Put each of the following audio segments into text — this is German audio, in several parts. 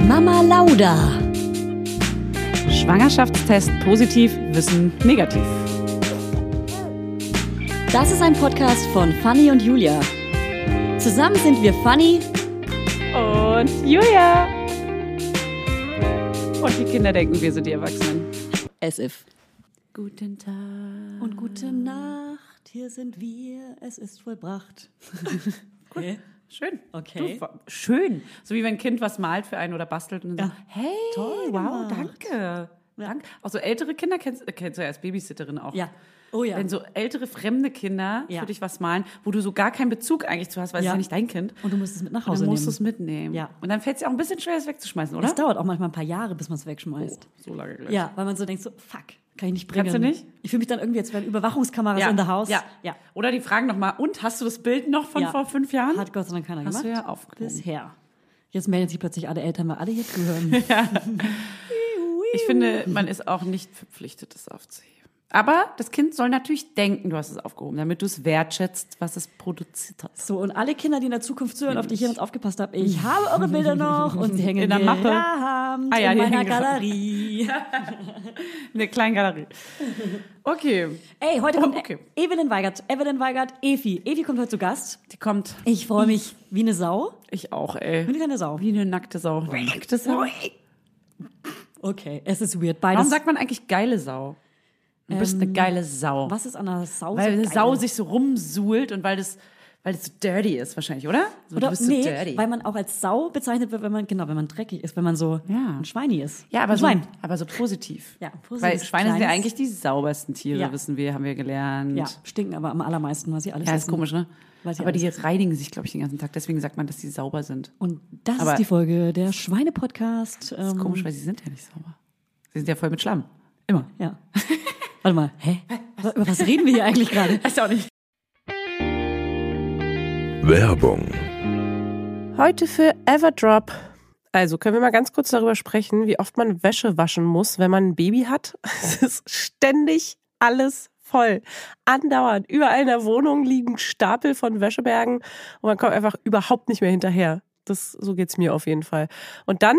Mama Lauda. Schwangerschaftstest positiv, Wissen negativ. Das ist ein Podcast von Fanny und Julia. Zusammen sind wir Fanny Und Julia! Und die Kinder denken, wir sind die Erwachsenen. as if. Guten Tag. Und gute Nacht, hier sind wir, es ist vollbracht. okay. Schön. Okay. Du, wa- schön. So wie wenn ein Kind was malt für einen oder bastelt und dann Ja. sagt, hey, Toll wow, gemacht. danke. Dank. Auch so ältere Kinder kennst, äh, kennst du ja als Babysitterin auch. Ja. Oh ja. Wenn so ältere, fremde Kinder Ja. für dich was malen, wo du so gar keinen Bezug eigentlich zu hast, weil es Ja. ist ja nicht dein Kind. Und du musst es mit nach Und Hause dann musst du nehmen. es mitnehmen. Ja. Und dann fällt es dir auch ein bisschen schwer, es wegzuschmeißen, oder? Oh, Das dauert auch manchmal ein paar Jahre, bis man es wegschmeißt. so lange gleich. Ja, weil man so denkt so, fuck, kann ich nicht bringen. Kannst du nicht? Ich fühle mich dann irgendwie, als wären Überwachungskameras in der Haus. Ja. ja. Oder die fragen nochmal, und hast du das Bild noch von Ja. vor fünf Jahren? Hat Gott sei Dank keiner Hast gemacht. du ja aufgehoben. Bisher. Jetzt melden sich plötzlich alle Eltern, weil alle hier zuhören. ich finde, man ist auch nicht verpflichtet, das aufzuheben. Aber das Kind soll natürlich denken, du hast es aufgehoben, damit du es wertschätzt, was es produziert hat. so, und alle Kinder, die in der Zukunft zuhören, auf die ich jemals aufgepasst habe, ich habe eure Bilder noch und sie hängen In der Mappe. gerammt Ah ja, in die meiner hängen gerammt. Galerie. In der kleinen Galerie. Okay, Ey, heute kommt Oh, Okay. Evelyn Weigert. Evelyn Weigert, Evi. Evi kommt heute zu Gast. die kommt. Ich freue mich wie eine Sau. Ich auch, ey. Bin ich eine Sau? Wie eine nackte Sau. Eine nackte Sau? Okay, es ist weird. Warum Beides. sagt man eigentlich geile Sau? Du bist eine geile Sau. Ähm, Was ist an einer Sau Weil so eine geil? Sau sich so rumsuhlt und weil das, weil das so dirty ist wahrscheinlich, oder? So, Oder, du bist so nee, dirty. weil man auch als Sau bezeichnet wird, wenn man, genau, wenn man dreckig ist, wenn man so Ja. ein Schweini ist. Ja, ein aber so, Schwein. aber so positiv. Ja, positiv Weil ist Schweine sind ja kleines- eigentlich die saubersten Tiere, Ja. wissen wir, haben wir gelernt. Ja, stinken aber am allermeisten, was sie alles Ja, ist essen. komisch, ne? Weil sie Aber die alles reinigen sich, glaube ich, den ganzen Tag. Deswegen sagt man, dass die sauber sind. Und das Aber- ist die Folge der Schweine-Podcast. Das ist Ähm, komisch, weil sie sind ja nicht sauber. Sie sind ja voll mit Schlamm. Immer. ja. Warte mal, hä? Über was reden wir hier eigentlich gerade? Weiß auch nicht. Werbung. Heute für Everdrop. Also können wir mal ganz kurz darüber sprechen, wie oft man Wäsche waschen muss, wenn man ein Baby hat. Es ist ständig alles voll. Andauernd. Überall in der Wohnung liegen Stapel von Wäschebergen und man kommt einfach überhaupt nicht mehr hinterher. Das, so geht's mir auf jeden Fall. Und dann,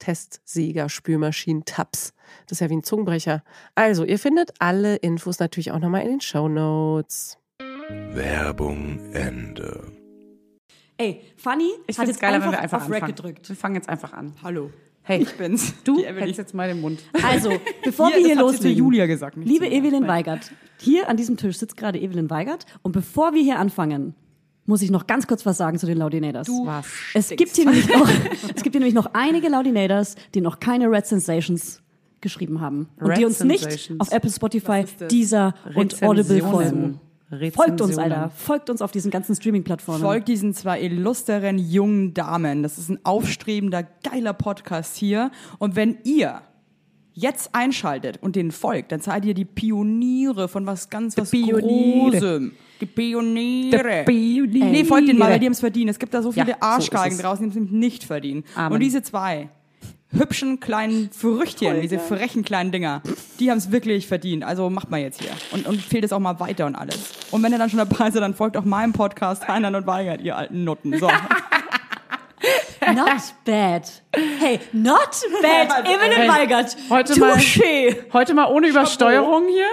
Testsieger, Spülmaschinen, Tabs. Das ist ja wie ein Zungenbrecher. Also, ihr findet alle Infos natürlich auch nochmal in den Show Notes. Werbung Ende. Ey, Fanny Ich hat finde es jetzt geiler, einfach, wenn wir einfach auf Rack anfangen. gedrückt. Wir fangen jetzt einfach an. Hallo. Hey, Ich bin's. du die Emily. hältst jetzt mal den Mund. Also, bevor wir hier Ihr- das hat sie zu loslegen, Julia gesagt, nicht liebe zu mir. Evelyn Nein. Weigert, hier an diesem Tisch sitzt gerade Evelyn Weigert und bevor wir hier anfangen, muss ich noch ganz kurz was sagen zu den Laudinators. Du es gibt hier nämlich noch, es gibt hier nämlich noch einige Laudinators, die noch keine Red Sensations geschrieben haben. Und die uns nicht Rezensions. auf Apple, Spotify, ist das? Deezer und Audible folgen. Rezensionen. Folgt uns, Alter. Folgt uns auf diesen ganzen Streaming-Plattformen. Folgt diesen zwei illustren jungen Damen. Das ist ein aufstrebender, geiler Podcast hier. Und wenn ihr jetzt einschaltet und denen folgt, dann seid ihr die Pioniere von was ganz was Pioniere. Großem. Die Pioniere. Pioniere. Nee, folgt denen mal, weil die haben es verdient. Es gibt da so viele Ja, so Arschgeigen ist es. draußen, die es nicht verdienen. Amen. Und diese zwei hübschen kleinen Früchtchen, diese frechen kleinen Dinger, die haben es wirklich verdient. Also macht mal jetzt hier. Und, und fehlt es auch mal weiter und alles. Und wenn ihr dann schon dabei seid, dann folgt auch meinem Podcast Heinlein und Weigert, ihr alten Nutten. So. Not bad. Hey, not bad. Evelyn Hey, Weigert. heute mal- Touché. Heute mal ohne Übersteuerung hier.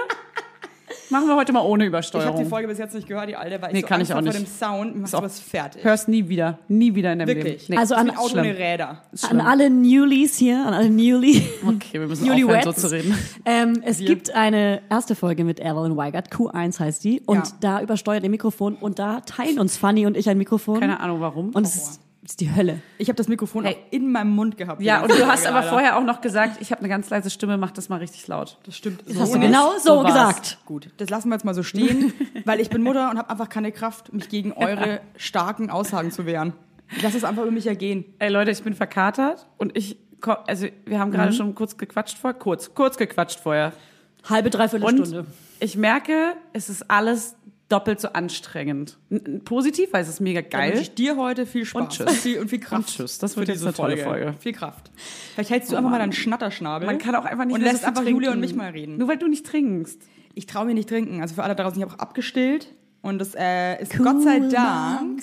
Machen wir heute mal ohne Ich habe die Übersteuerung. Folge bis jetzt nicht gehört, die alte, weil ich Nee, so kann Angst ich auch hab vor nicht. dem Sound und machst auch- was fertig. Hörst nie wieder. Nie wieder in deinem Wirklich. Leben. Also Das an, ist wie ein Auto schlimm. ohne Räder. an alle Newlies hier, an alle Newly. Okay, wir müssen aufhören, Newlyweds. so zu reden. Ähm, es gibt eine erste Folge mit Evelyn Weigert, Q1 heißt die, und Ja. da übersteuert ihr Mikrofon und da teilen uns Fanny und ich ein Mikrofon. Keine Ahnung warum. Und es ist, es ist die Hölle. Ich habe das Mikrofon Hey. auch in meinem Mund gehabt. die ja, und ganze du hast Folge, aber Alter. vorher auch noch gesagt, ich habe eine ganz leise Stimme, mach das mal richtig laut. Das stimmt. Das So hast du nicht. genau so, so war's. gesagt. Gut, das lassen wir jetzt mal so stehen, weil ich bin Mutter und habe einfach keine Kraft, mich gegen eure starken Aussagen zu wehren. Ich lasse es einfach über mich ergehen. Ey Leute, ich bin verkatert und ich komm, also wir haben Mhm. gerade schon kurz gequatscht vorher, kurz, kurz gequatscht vorher. Halbe, dreiviertel Und Stunde. ich merke, es ist alles doppelt so anstrangend. N- n- Positiv, weil es ist mega Dann geil. wünsche ich dir heute viel Spaß Und tschüss. Viel, und viel Kraft. Und tschüss. Das für wird jetzt diese eine tolle Folge. Oh Viel Kraft. Vielleicht hältst du einfach mal deinen Schnatterschnabel. Man kann auch einfach nicht Und mehr lässt so viel einfach trinken. Julia und mich mal reden. Nur weil du nicht trinkst. Ich traue mir nicht trinken. Also für alle draußen, ich habe auch abgestillt. Und das äh, ist Gott sei Dank.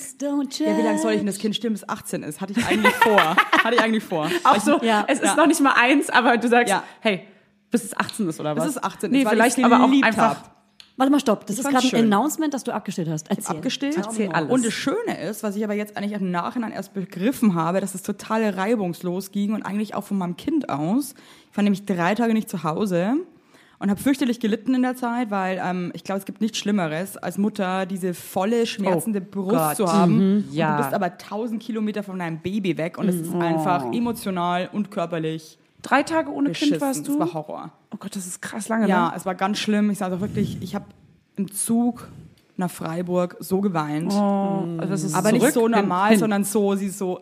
Ja, wie lange soll ich denn das Kind stillen, bis 18 ist? Hatte ich eigentlich vor. Hatte ich eigentlich vor. Auch so, Ja. es ist Ja. noch nicht mal eins, aber du sagst, Ja. hey, bis es 18 ist oder was? Bis es 18 ist, nee, weil vielleicht ich's aber auch geliebt einfach. hab. Warte mal, stopp. Das ist fand's gerade ein schön. Announcement, dass du abgestellt hast. Erzähl. abgestillt. Erzähl alles. Und das Schöne ist, was ich aber jetzt eigentlich im Nachhinein erst begriffen habe, dass es total reibungslos ging und eigentlich auch von meinem Kind aus. Ich war nämlich drei Tage nicht zu Hause und habe fürchterlich gelitten in der Zeit, weil ähm, ich glaube, es gibt nichts Schlimmeres, als Mutter diese volle, schmerzende Brust Oh Gott. Mhm. zu haben. Und Ja. Mhm. Du bist aber tausend Kilometer von deinem Baby weg und es ist einfach emotional und körperlich Drei Tage ohne beschissen. Oh. Kind warst Es du? war Horror. Oh Gott, das ist krass lange. Ja, ne? es war ganz schlimm. Ich sage auch wirklich, ich habe im Zug nach Freiburg so geweint. Oh, also das ist Aber nicht zurück, so hin, normal, hin. sondern so, sie ist so,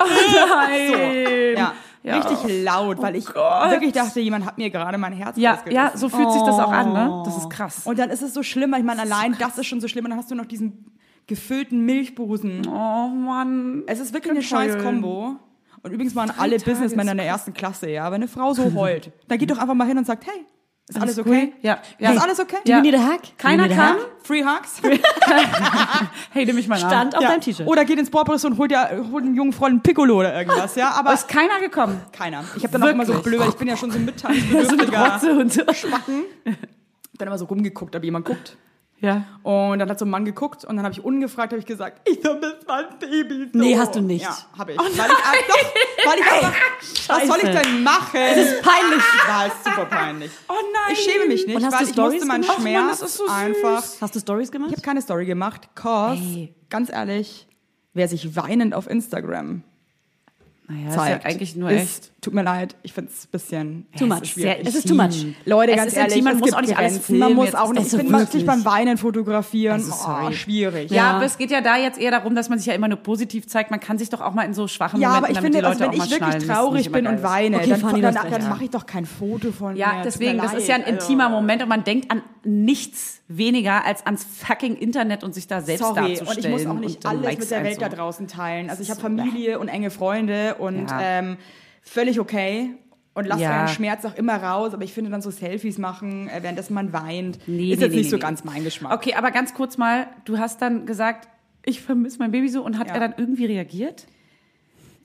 Nein. ja, Ja. ähm, richtig laut, weil ich Gott. wirklich dachte, jemand hat mir gerade mein Herz Ja, rausgerissen. ja, so fühlt sich das auch an, ne? Das ist krass. Und dann ist es so schlimm, weil ich meine, allein das ist schon so schlimm. Und dann hast du noch diesen gefüllten Milchbusen. oh Mann. Es ist wirklich eine Könnt scheiß heulen. Kombo. Und übrigens waren alle Tage Businessmänner ist in der ersten Klasse, ja. Wenn eine Frau so heult, dann geht doch einfach mal hin und sagt, hey, ist alles okay? cool? Ja. Ja. Ist alles okay? Do Ja. we need a hack? Do Keiner we need a kann. hack? Free Hugs? Hey, nimm mich mal an. Stand auf deinem T-Shirt. Oder geht ins Borbris und holt, ja, holt einen jungen Freund einen Piccolo oder irgendwas, ja. Aber Ist keiner gekommen. keiner. Ich habe dann auch immer so Wirklich? blöd, ich bin ja schon so mitteilungsbedürftiger. und Schmacken. Dann immer so rumgeguckt, ob jemand guckt. Ja. Und dann hat so ein Mann geguckt und dann habe ich ungefragt, habe ich gesagt, ich soll das mal ein Baby. So. Nee, hast du nicht. Ja, habe ich. weil ich, doch, weil ich einfach, was soll ich denn machen? Es ist peinlich. War es super peinlich. Oh nein. Ich schäme mich nicht, Und hast weil du ich musste Stories meinen gemacht? Ach Mann, Schmerz das ist so süß. einfach. Hast du Stories Ich gemacht? habe keine Story gemacht, cause, Ey. ganz ehrlich, wer sich weinend auf Instagram Naja, zeigt, ist ja eigentlich nur ist, echt. Tut mir leid, ich finde es ein bisschen Too Es ist much. schwierig. Es ist too much. Leute, Es ganz ist ehrlich, intim, man es muss gibt auch nicht alles Grenzen. filmen, Man muss jetzt auch ist nicht, das ich so bin wirklich. wirklich beim Weinen fotografieren. Also, oh, sorry. schwierig. Ja, Ja. aber es geht ja da jetzt eher darum, dass man sich ja immer nur positiv zeigt. Man kann sich doch auch mal in so schwachen Ja, aber Momenten, ich damit finde, die also, Leute wenn auch ich mal schnallen, wirklich dass es nicht traurig immer bin geil und ist. weine, Okay, dann, Fanny, du dann, hast dann, recht, ja. mache ich doch kein Foto von mir. Ja, Tut deswegen, mir das ist ja leid. ein intimer Also, Moment und man denkt an nichts weniger als ans fucking Internet und sich da selbst Sorry, darzustellen. und ich muss auch nicht dann alles likes mit der einen Welt so. da draußen teilen. Also ich habe Familie und enge Freunde und Ja. ähm, völlig okay. Und lasst Ja. euren Schmerz auch immer raus, aber ich finde dann so Selfies machen, äh, währenddessen man weint, Nee, ist nee, jetzt nee, nicht so nee. ganz mein Geschmack. Okay, aber ganz kurz mal, du hast dann gesagt, ich vermisse mein Baby so und hat Ja. er dann irgendwie reagiert?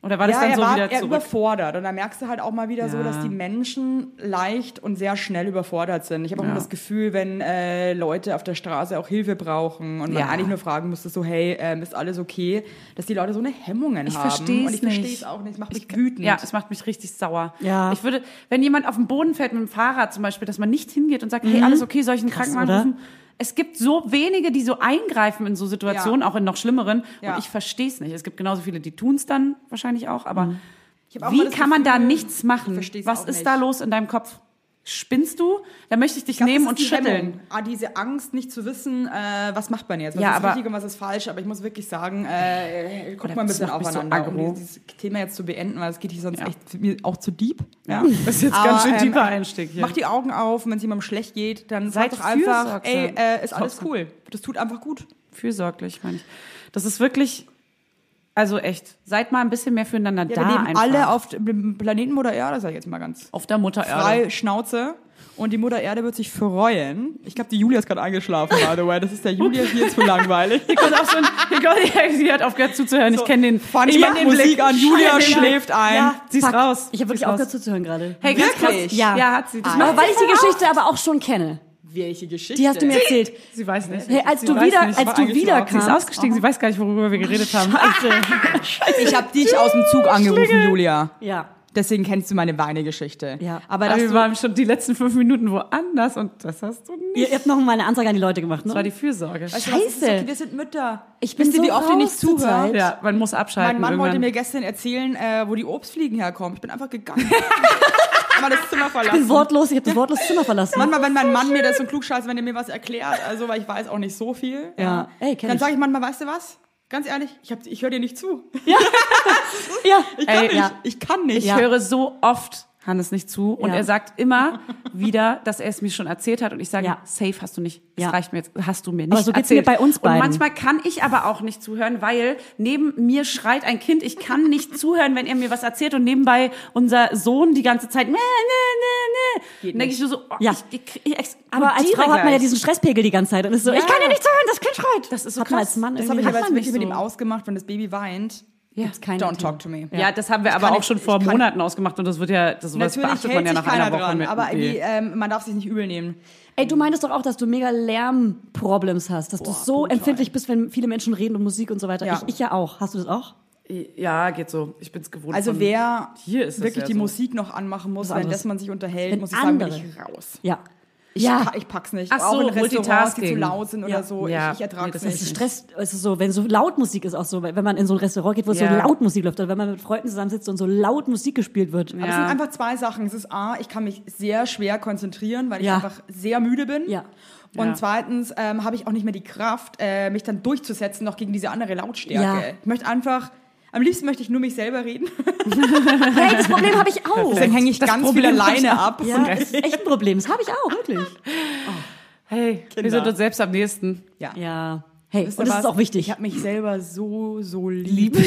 Oder war das ja, dann er so war wieder er zurück? überfordert. Und da merkst du halt auch mal wieder so, Ja. dass die Menschen leicht und sehr schnell überfordert sind. Ich habe auch immer das Gefühl, wenn äh, Leute auf der Straße auch Hilfe brauchen und man Ja. eigentlich nur fragen musste, so, hey, ähm, ist alles okay, dass die Leute so eine Hemmungen Ich haben. versteh's Und ich verstehe es nicht. auch nicht. Es macht mich wütend. Ja, es macht mich richtig sauer. Ja. Ich würde, wenn jemand auf den Boden fällt mit dem Fahrrad zum Beispiel, dass man nicht hingeht und sagt, hey, alles okay, soll ich einen Krankenwagen oder? rufen? Es gibt so wenige, die so eingreifen in so Situationen, Ja. auch in noch schlimmeren. Ja. Und ich verstehe es nicht. Es gibt genauso viele, die tun es dann wahrscheinlich auch, aber Ich hab auch mal Wie das kann man da Gefühl- nichts machen? versteh's Was auch ist nicht. da los in deinem Kopf? Spinnst du? Da möchte ich dich Ich glaub, nehmen das und ist die schütteln. Hemmung. Ah, diese Angst, nicht zu wissen, äh, was macht man jetzt? Was Ja, ist aber- richtig und was ist falsch? Aber ich muss wirklich sagen, äh, guck Oder mal ein das bisschen macht mich so aufeinander, aggro. um dieses Thema jetzt zu beenden, weil es geht hier sonst Ja. echt mir auch zu deep. Ja. Das ist jetzt Aber, ganz schön ähm, tiefer Einstieg hier. Mach die Augen auf, und wenn es jemandem schlecht geht, dann Seid sag doch einfach, fürsorgsam. ey, äh, ist alles Sorgsam. cool. Das tut einfach gut. fürsorglich, meine ich. Das ist wirklich, also echt, seid mal ein bisschen mehr füreinander Ja, da. wir leben einfach. alle auf dem Planeten Mutter Erde, sag ich jetzt mal ganz auf der Mutter frei Erde. Schnauze. Und die Mutter Erde wird sich freuen. Ich glaube, die Julia ist gerade eingeschlafen, by the way. Das ist der Julia hier zu langweilig. Hier kommt auch schon, hier kommt, sie hat aufgehört zuzuhören. Ich kenne den, Fun, ich ich kenn mach den Musik Blick. an, Julia Ich kenn den Blick. schläft ein. Ja, sie ist Fuck. raus. Ich habe wirklich Sie ist auch raus. dazu zuhören gerade. Hey, ganz krass. Wirklich? Ja. Ja. Ah. ja, hat sie. Das Aber macht- weil ich die Geschichte aber auch schon kenne. Welche Geschichte? Die hast du mir erzählt. sie weiß nicht. Hey, als sie du weiß wieder, nicht. war als du eigentlich wieder überhaupt- sie ist kamst, ausgestiegen, sie weiß gar nicht, worüber wir geredet haben. Ich habe dich aus dem Zug angerufen, Julia. ja, Deswegen kennst du meine Weine-Geschichte. Ja. Aber Aber dass wir du, waren schon die letzten fünf Minuten woanders und das hast du nicht. ihr, ihr habt noch mal eine Ansage an die Leute gemacht, Das war ne? die Fürsorge. Weißt du was, es ist Scheiße. okay, Also, wir sind Mütter. Ich bin Wisst ihr, so wie oft ihr nicht raus zur zuhört? Zeit. Ja, man muss abschalten. Mein Mann irgendwann. wollte mir gestern erzählen, äh, wo die Obstfliegen herkommen. Ich bin einfach gegangen. Aber das Zimmer Ich bin verlassen. wortlos, ich habe das wortlos Zimmer verlassen. Manchmal, wenn mein Mann mir das so klug scheißt, wenn er mir was erklärt, also weil ich weiß auch nicht so viel. Ja. Ah, Ey, kenn Dann ich. sage ich manchmal, weißt du was? Ganz ehrlich, ich, hab- ich höre dir nicht zu. ja. Ich kann Ey, nicht. ja. Ich kann nicht. Ich höre so oft Hannes nicht zu und Ja. er sagt immer wieder, dass er es mir schon erzählt hat und ich sage, Ja. safe hast du nicht, es Ja. reicht mir jetzt, hast du mir nicht Aber so geht's erzählt. mir bei uns beiden. Und manchmal kann ich aber auch nicht zuhören, weil neben mir schreit ein Kind, ich kann nicht zuhören, wenn er mir was erzählt und nebenbei unser Sohn die ganze Zeit, ne, ne, ne, ne. Dann denke ich nur so, oh, Ja. ich, ich, ich ex- Aber als explodiere Frau hat man ja gleich. diesen Stresspegel die ganze Zeit und ist so, Ja. ich kann dir nicht zuhören, das Kind schreit. Das ist so hat man krass. als Mann Das habe irgendwie ich aber jetzt man wirklich nicht mit ihm so. ausgemacht, wenn das Baby weint. Ja. Gibt's kein Don't talk to me. ja. das haben wir aber kann auch nicht- schon vor ich kann- Monaten ausgemacht und das wird ja, das sowas Natürlich beachtet man hält ja sich nach keiner einer Woche dran, mit. aber nee. irgendwie, ähm, man darf sich nicht übel nehmen. Ey, du meintest doch auch, dass du mega Lärmproblems hast, dass du so empfindlich bist, wenn viele Menschen reden und Musik und so weiter. Ja. Ich, ich ja auch. Hast du das auch? ja, geht so. Ich bin's gewohnt. Also von- wer Hier ist es wirklich ja die so. Musik noch anmachen muss, anderes. währenddessen man sich unterhält, Wenn muss ich sagen, bin andere- ich raus. Ja. Ich, ja. pa- ich pack's nicht. Ach auch so, in Restaurants, die zu Multitasking. laut sind Ja. oder so. Ja. Ich, ich ertrage Nee, es das nicht. Das ist Stress, es ist so, wenn so laut Musik ist auch so, wenn man in so ein Restaurant geht, wo Ja. so laut Musik läuft oder wenn man mit Freunden zusammensitzt und so laut Musik gespielt wird. Aber Ja. es sind Ja. einfach zwei Sachen. Es ist A, ich kann mich sehr schwer konzentrieren, weil ich Ja. einfach sehr müde bin. Ja. Und Ja. zweitens ähm, habe ich auch nicht mehr die Kraft, äh, mich dann durchzusetzen, noch gegen diese andere Lautstärke. Ja. Ich möchte einfach, am liebsten möchte ich nur mich selber reden. Hey, das Problem habe ich auch. Dann hänge ich Das ganz Problem viel hab ich alleine auch. ab. Ja, das ist echt ein Problem. Das habe ich auch, wirklich. Hey, wir Kinder. sind uns selbst am nächsten. Ja. Ja. Hey, Wisst ihr und das was? ist auch Ich wichtig. habe mich selber so, so lieb.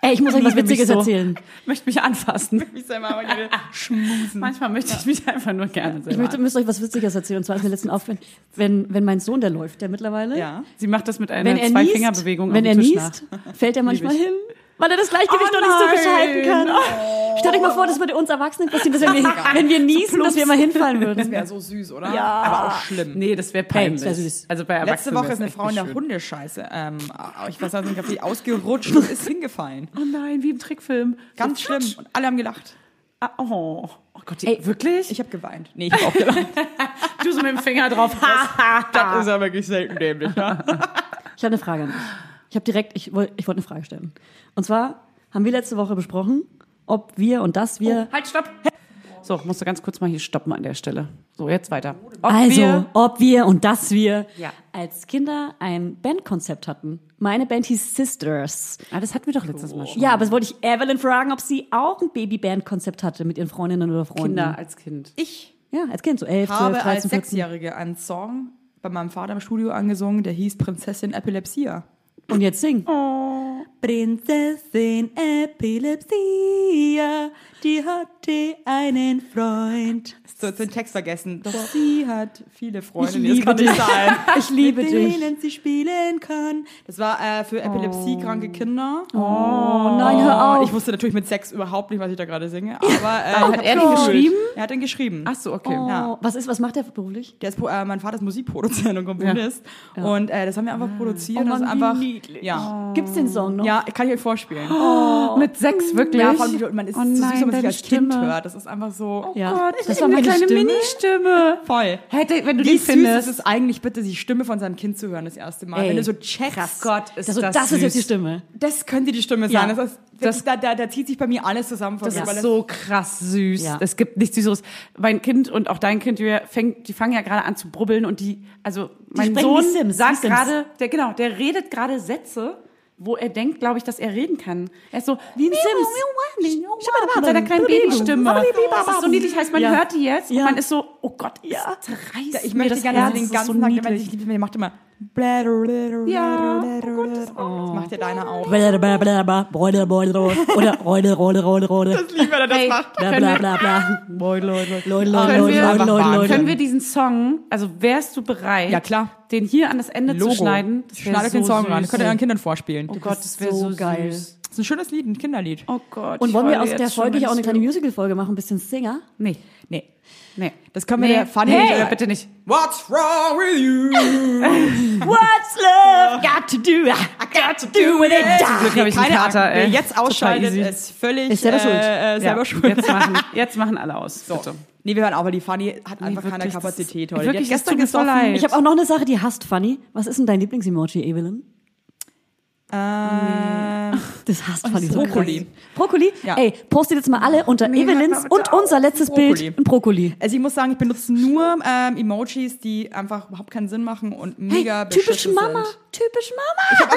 Ey, ich muss euch was Liebe mich Witziges so. erzählen. Möchte mich anfassen. mich selber aber gerne schmusen. Manchmal möchte ich mich einfach nur gerne Ich selber. möchte, müsst euch was Witziges erzählen. Und zwar ist mir letzten Aufwand, wenn, wenn mein Sohn, der läuft ja mittlerweile, Ja. Sie macht das mit einer wenn er niest, Zwei-Finger-Bewegung wenn auf er den Tisch niest, fällt er manchmal ich. hin, weil er das Gleichgewicht Oh noch nicht so gut nein. Oh. halten kann. Stellt euch mal vor, das würde uns Erwachsenen passieren, dass wenn wir, wenn wir niesen, dass wir immer hinfallen Das würden. wäre so Also süß, oder? Ja. Aber auch schlimm. nach. Nee, das wäre Hey, peinlich. das wär süß. Also bei Letzte Erwachsenen Woche wär's ist eine echt Frau in nicht der schön. Hundescheiße. Ähm, ich weiß nicht, ob sie ausgerutscht und ist hingefallen. Oh nein, wie im Trickfilm. Ganz So schlimm. klatsch. Und alle haben gelacht. Ah, Oh. oh Gott, die, Ey, wirklich? Ich habe geweint. Nee, ich habe auch gelacht. du so mit dem Finger drauf. das ist ja wirklich selten dämlich. Ne? Ich habe eine Frage an dich. Ich habe direkt, ich wollte ich wollte eine Frage stellen. Und zwar haben wir letzte Woche besprochen, ob wir und dass wir, halt, stopp. So, musst du ganz kurz mal hier stoppen an der Stelle. So, jetzt weiter. Ob also wir- ob wir und dass wir Ja. als Kinder ein Bandkonzept hatten. Meine Band hieß Sisters. Oh. ah, das hatten wir doch letztes Mal schon. Ja, aber das wollte ich Evelyn fragen, ob sie auch ein Babyband-Konzept hatte mit ihren Freundinnen oder Freunden. Kinder als Kind. Ich Ja, als Kind, so 11, 12, habe 13, als 14. Sechsjährige einen Song bei meinem Vater im Studio angesungen, der hieß Prinzessin Epilepsia. Und jetzt sing. Prinzessin Epilepsia, die hatte einen Freund. So, jetzt den Text vergessen. Doch sie hat viele Freunde. Ich Nee, liebe das kann nicht dich. sein. Ich liebe mit dich. denen sie spielen kann. Das war äh, für epilepsiekranke Kinder. Oh, Oh nein, hör Ich auf. wusste natürlich mit Sex überhaupt nicht, was ich da gerade singe. Aber äh, ich hab er den gefühlt. geschrieben? Er hat den geschrieben. Ach so, okay. oh, ja. Was ist, was macht der beruflich? Der ist, Pro- äh, mein Vater ist Musikproduzent und Komponist. Und äh, das haben wir einfach produziert. und das ist Ah. Oh Mann, wie einfach, niedlich. Oh. Ja, Gibt's den Song noch? ja, kann ich euch vorspielen. Mit sechs wirklich? Ja, vor allem, man ist oh so süß, wenn nein, man sich deine als Stimme. Oh Kind hört. Das ist einfach so oh, Ja. Gott, Das das war war eine meine kleine Stimme. Ministimme. voll. Hätte, wenn du Wie die süß ist findest. es eigentlich, bitte die Stimme von seinem Kind zu hören das erste Mal. Ey, Wenn du so checkst, Gott, ist Also, das, ist jetzt die süß. Stimme. das könnte die Stimme Ja. sein. Das ist das, da, da, da zieht sich bei mir alles zusammen. vor Das mir, weil ist so krass süß. Ja. Es gibt nichts Süßeres. Mein Kind und auch dein Kind, die, fängt, die fangen ja gerade an zu brubbeln und die, also mein sprechen Sohn wie Sims, sagt wie Sims. gerade, der genau, der redet gerade Sätze, wo er denkt, glaube ich, dass er reden kann. Er ist so wie ein Sims. Mit seiner kleinen Babystimme. Das ist so niedlich, heißt man Ja. hört die jetzt Ja. und man ist so, oh Gott, ja, reißt ich mir möchte das gerne Herz, dass den das ist so ganzen Tag, wenn niedlich. ich liebe, der macht immer. blätter, blätter, Ja, oh blätter, blätter. Das macht ja deiner auch. Bräude, Bräude, Oder Räude, Räude, Räude, Räude. Wie wenn er das macht. Bla, können bla, wir- bla, bla. Leute, Leute, Leute, Leute, Können wir- Leute, Leute, Leute. Können wir diesen Song, also wärst du bereit, Ja, klar. den hier an das Ende Logo. zu schneiden? Das wär Schneidet den so Song ran. süß. Könnt ihr euren Kindern vorspielen. Oh Das Gott, das wäre so, so geil. Süß. ist ein schönes Lied, ein Kinderlied. Oh Gott. Und ich wollen wir heule aus der jetzt schon, Folge hier wenn auch eine ich kleine so- Musical-Folge machen, ein bisschen Singer? Nee, Nee. nee. Das können wir der Fanny nee, nicht, oder bitte nicht. What's wrong with you? What's love got to do? I got to do with it. Zum Glück habe ich einen Keine Kater, Ahnung, ey. wer jetzt Total ausscheidet, easy. ist völlig Ist selber äh, schuld. Äh, selber Ja, schuld. Jetzt machen, jetzt machen alle aus. Bitte. Nee, wir hören aber die Fanny hat einfach wirklich, keine das- Kapazität heute. wirklich, die es hat gestern tut mir so gesoffen. leid. Ich habe auch noch eine Sache, die hasst Funny. Was ist denn dein Lieblings-Emoji, Evelyn? Äh, Das hasst Funny so Brokkoli. krass. Oh, Brokkoli? Ja. Ey, postet jetzt mal alle unter Nee, Evelyns hört mal bitte und unser letztes Brokkoli. Bild ein Brokkoli. also ich muss sagen, ich benutze nur ähm, Emojis, die einfach überhaupt keinen Sinn machen und Hey, mega typisch beschissen Mama, sind. typisch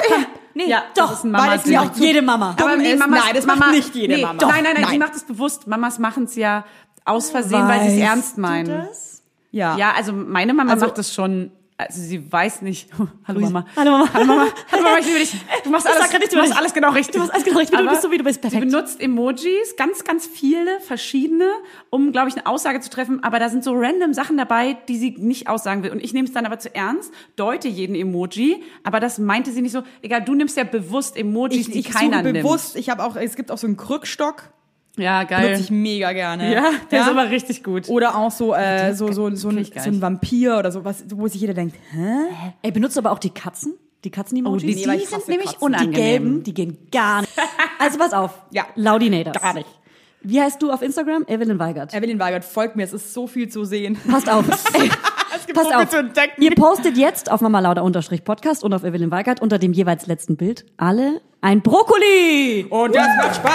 Mama. Nee, Ja, das doch, ist ein Mama- weil es mir auch zu- jede Mama. Aber- nee, ist- nein, das macht nicht jede nee, Mama. Doch, nein, nein, nein, die Nein. macht es bewusst. Mamas machen es ja aus Versehen, weil sie es Weißt ernst du meinen. das? Ja. Ja, also meine Mama Also- macht das schon. Also sie weiß nicht. Hallo Grüße. Mama. Hallo Mama. Hallo Mama. Hallo Mama, ich liebe dich. Du machst Ich alles, sag grad nichts du über machst dich. alles genau richtig. Du machst alles genau richtig, du Aber bist so, wie du bist, perfekt. Sie benutzt Emojis, ganz, ganz viele verschiedene, um, glaube ich, eine Aussage zu treffen. Aber da sind so random Sachen dabei, die sie nicht aussagen will. Und ich nehme es dann aber zu ernst, deute jeden Emoji. Aber das meinte sie nicht so. Egal, du nimmst ja bewusst Emojis, ich, die ich keiner suche nimmt. bewusst, ich habe auch, es gibt auch so einen Krückstock, Ja, geil. benutze ich mega gerne. Äh. Ja, der ist aber richtig gut. Oder auch so, äh, so, so, so, ein, kenn ich so gar ein nicht. Vampir oder sowas, wo sich jeder denkt, hä? Ey, benutzt aber auch die Katzen? Die Katzen-Emojis? Oh, die- die, die weil ich sind hasse nämlich Katzen. unangenehm. gelben, die gehen gar nicht. Also pass auf. Ja. Laudinators. Gar nicht. Ähm. Wie heißt du auf Instagram? Evelyn Weigert. Evelyn Weigert, folgt mir, es ist so viel zu sehen. Passt auf. Passt so viel zu auf. entdecken. Ihr postet jetzt auf Mama Lauda unterstrich Podcast und auf Evelyn Weigert unter dem jeweils letzten Bild alle ein Brokkoli. Und das macht Spaß!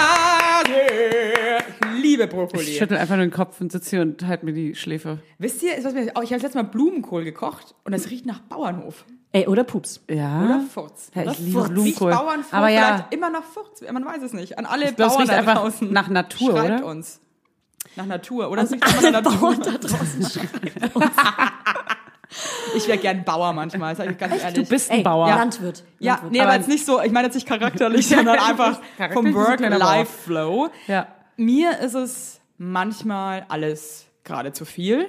Ich liebe Brokkoli. Ich schüttel einfach nur den Kopf und sitze hier und halte mir die Schläfe. Wisst ihr, was mir, oh, ich habe letztes Mal Blumenkohl gekocht und das riecht nach Bauernhof. Ey, oder Pups. Ja. Oder Furz. Ja, oder ich liebe Furz. Blumenkohl. Riecht Bauernfurz Aber ja. vielleicht immer nach Furz. Man weiß es nicht. An glaub, alle es Bauern riecht da einfach draußen. nach Natur, Schreibt oder? uns. Nach Natur, oder? Es riecht einfach nach Natur. Bauern da draußen schreiben. Ich wäre gern Bauer manchmal, sag ich ganz ehrlich. Du bist ein Ey, Bauer. Landwirt. ja, Landwirt. nee, aber jetzt nicht so, ich meine jetzt nicht charakterlich, sondern einfach Charakterlich vom ist ein kleiner Work-Life-Flow. Ja. Mir ist es manchmal alles gerade zu viel.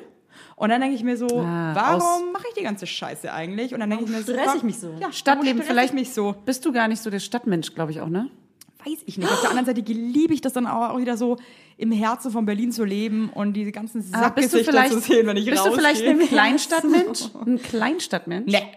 Und dann denke ich mir so, Ah, warum mache ich die ganze Scheiße eigentlich? Und dann denke ich mir so, stress warum- ich mich so? Ja, Stadtleben, warum stress vielleicht- ich mich so. Bist du gar nicht so der Stadtmensch, glaube ich auch, ne? weiß ich nicht. Auf der anderen Seite liebe ich das dann aber auch wieder so im Herzen von Berlin zu leben und diese ganzen Aber Ah, bist du Sackgesichter vielleicht, zu sehen, wenn ich bist du rausgehe. vielleicht ein Kleinstadtmensch? Ein Kleinstadtmensch? Nee.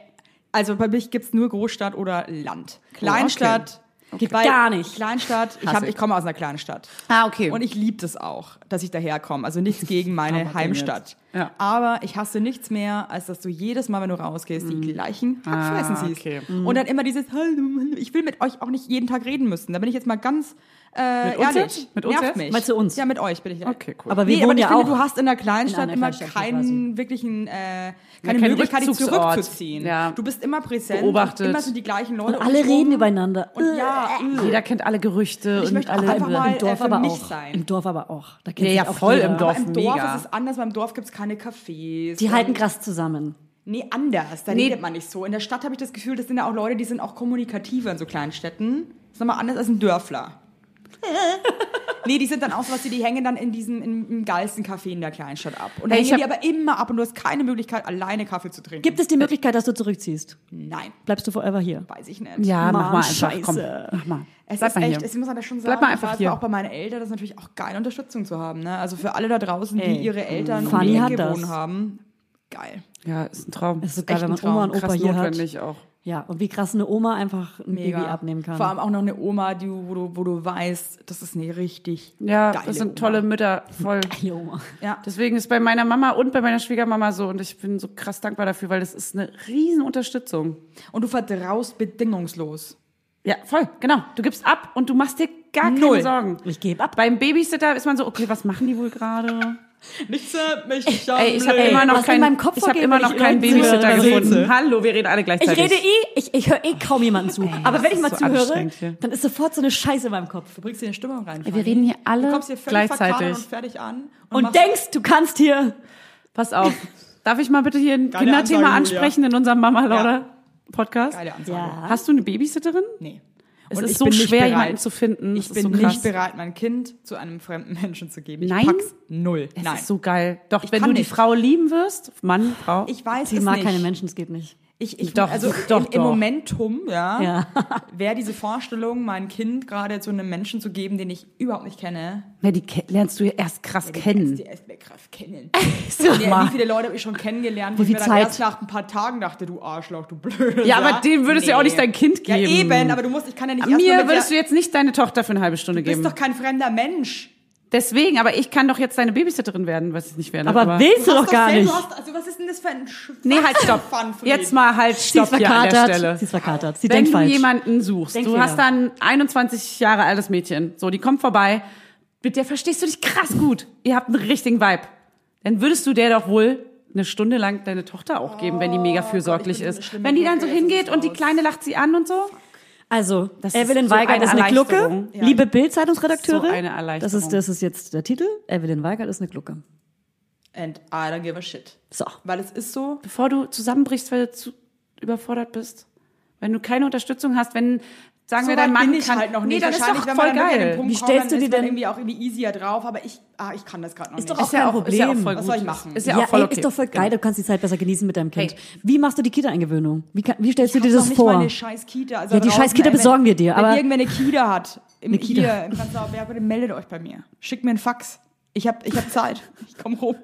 Also bei mir gibt's nur Großstadt oder Land. Oh, Kleinstadt. Geht weil gar nicht. Kleinstadt. Ich, Hasse hab, ich. ich komme aus einer Kleinstadt. Ah, okay. Und ich liebe das auch, dass ich daherkomme. Also nichts gegen meine Aber Heimstadt. denn jetzt? Ja. Aber ich hasse nichts mehr, als dass du jedes Mal, wenn du rausgehst, die gleichen Hackfressen siehst. Mm. Ah, okay. Und dann immer dieses, "Hallo, hallo." ich will mit euch auch nicht jeden Tag reden müssen. Da bin ich jetzt mal ganz äh, Mit uns ehrlich. jetzt? Mit uns Nervt jetzt? mich. Mal zu uns. Ja, mit euch bin ich. äh. Okay, cool. Aber wir nee, aber wohnen ich ja finde, auch. du hast in der in Kleinstadt einer immer Kleinstadt keinen wirklichen, äh, keine keinen Möglichkeit, dich Rückzugsort. zurückzuziehen. Ja. Du bist immer präsent. Beobachtet. Immer sind die gleichen Leute. um alle dich reden rum. übereinander. Und ja, mm. mh. Äh, Jeder kennt alle Gerüchte und möchte alle. einfach mal- Im Dorf äh, für aber mich auch. sein. Im Dorf aber auch. Da kennt Ja, ja, sich auch voll jeder. im Dorf. im Dorf mega. halt ist es anders. Beim Dorf gibt's keine Cafés. Die Und- halten krass zusammen. Nee, anders. Da Nee. redet man nicht so. In der Stadt habe ich das Gefühl, das sind ja auch Leute, die sind auch kommunikativer in so kleinen Städten. Das ist nochmal anders als ein Dörfler. nee, die sind dann auch so was, die, die hängen dann in diesem, im, im geilsten Café in der Kleinstadt ab. Und Hey, ich hängen die hab- aber immer ab und du hast keine Möglichkeit, alleine Kaffee zu trinken. Gibt es die Möglichkeit, dass du zurückziehst? Nein, Bleibst du forever hier? weiß ich nicht. ja, Mann, mach mal einfach. Komm, Scheiße. mach mal. Es Bleib ist mal echt, hier. ich muss an der schon sagen, Bleib mal einfach ich weiß hier. auch bei meinen Eltern, das ist natürlich auch geil, Unterstützung zu haben. Ne? Also für alle da draußen, Ey, die ihre Eltern um Fanny die hat Ecke das. wohnen haben. Geil. Ja, ist ein Traum. Es ist so geil, echt wenn man ein Traum. Oma und Opa krass hier hat. notwendig auch. Ja, und wie krass eine Oma einfach ein Baby abnehmen kann. Vor allem auch noch eine Oma, die, wo, du, wo du weißt, das ist eine richtig Ja, geile das sind Oma. tolle Mütter, voll. Geile Oma. Ja. Deswegen ist bei meiner Mama und bei meiner Schwiegermama so und ich bin so krass dankbar dafür, weil das ist eine riesen Unterstützung. Und du vertraust bedingungslos. Ja, voll, genau. Du gibst ab und du machst dir gar Null. keine Sorgen. Ich gebe ab. Beim Babysitter ist man so, okay, was machen die wohl gerade? Nichts hat mich schauen. Ey, ich habe Ey, immer noch was in keinen meinem Kopf ich hab vorgeht, immer wenn noch ich keinen Leute höre, Babysitter dann gefunden. rede. Hallo, wir reden alle Ich gleichzeitig. rede eh, ich, ich höre eh kaum jemanden zu. Aber wenn ich ist mal so zuhöre, anstrengend hier. dann ist sofort so eine Scheiße in meinem Kopf. Du bringst dir den Stimmung rein. Wir Fanny. reden hier alle du kommst hier völlig verkadert gleichzeitig. und fertig an. Und, machst- denkst, du kannst hier. Pass auf. Darf ich mal bitte hier ein Geile Kinderthema Ansage, Julia. ansprechen in unserem Mama Lauder Podcast? Geile Ansage. Hast du eine Babysitterin? Nee. Es Und ist ich so bin nicht schwer, bereit. jemanden zu finden. Ich das bin ist so krass. nicht bereit, mein Kind zu einem fremden Menschen zu geben. Ich Nein? pack's null. Es Nein. ist so geil. Doch, wenn du kann die nicht. Frau lieben wirst, Mann, Frau. ich weiß Sie es mag nicht. keine Menschen, es geht nicht. Ich, ich, Doch, also doch, im, doch. im Momentum, ja, Ja. wäre diese Vorstellung, mein Kind gerade zu einem Menschen zu geben, den ich überhaupt nicht kenne. ja, die ke- lernst du ja erst krass kennen. Die SBR-Kraft kennen. So, Ja, wie viele Leute habe ich schon kennengelernt, wo Wie viel ich mir dann Zeit? erst nach ein paar Tagen dachte, du Arschloch, du Blöde. Ja, aber dem würdest du ja auch nicht dein Kind Ja, geben. eben, aber du musst, ich kann ja nicht erst mal Mir mit würdest du der, jetzt nicht deine Tochter für eine halbe Stunde Du geben. bist doch kein fremder Mensch. Deswegen, aber ich kann doch jetzt deine Babysitterin werden, was ich nicht werde. Aber, willst du hast doch gar selber- nicht. Du hast, also was ist denn das für ein Schwachsinn? Nee, halt stopp. Fun für Jetzt jeden? mal halt Sie stopp ist hier an der Stelle. verkatert. Sie ist verkatert. Sie Wenn denkt du falsch. jemanden suchst, du Denkfehler. hast dann 21 Jahre altes Mädchen, so, die kommt vorbei, mit der verstehst du dich krass gut. Ihr habt einen richtigen Vibe. Dann würdest du der doch wohl eine Stunde lang deine Tochter auch geben, wenn die mega fürsorglich Oh bin eine ist. schlimme Wenn die dann so Glucke, jetzt hingeht ist und die raus. Kleine lacht sie an und so. Also, Das ist Evelyn so Weigert eine ist eine Glucke. Erleichterung. Liebe Bild-Zeitungsredakteurin. So eine Erleichterung. Das ist, das ist jetzt der Titel. Evelyn Weigert ist eine Glucke. And I don't give a shit. So. Weil es ist so, Bevor du zusammenbrichst, weil du zu überfordert bist. Wenn du keine Unterstützung hast, wenn, sagen so wir, dein weit Mann bin ich kann, halt noch nee, nicht. dann ist Wahrscheinlich, doch wenn man voll dann wirklich an geil. den Punkt Wie kommt, stellst du dann dir ist man denn- irgendwie auch irgendwie easier drauf, aber ich, ah, ich kann das gerade noch Ist nicht. doch auch Ist ja kein auch, ist ja auch Problem. voll Was gut. soll ich machen? Ist ja, auch voll ey, okay. ist doch voll Genau. geil. Du kannst die Zeit besser genießen mit deinem Kind. Hey. Wie machst du die Kita-Eingewöhnung? Wie, kann- wie stellst du Ich dir hab noch das nicht vor? mal eine scheiß Kita. Also Ja, die draußen, scheiß Kita ey, wenn- besorgen wir dir, aber- Wenn irgendwer eine Kita hat, im, Eine Kita. hier im Prenzlauer Berg, bitte meldet euch bei mir. Schickt mir einen Fax. Ich hab, ich hab Zeit. Ich komm rum.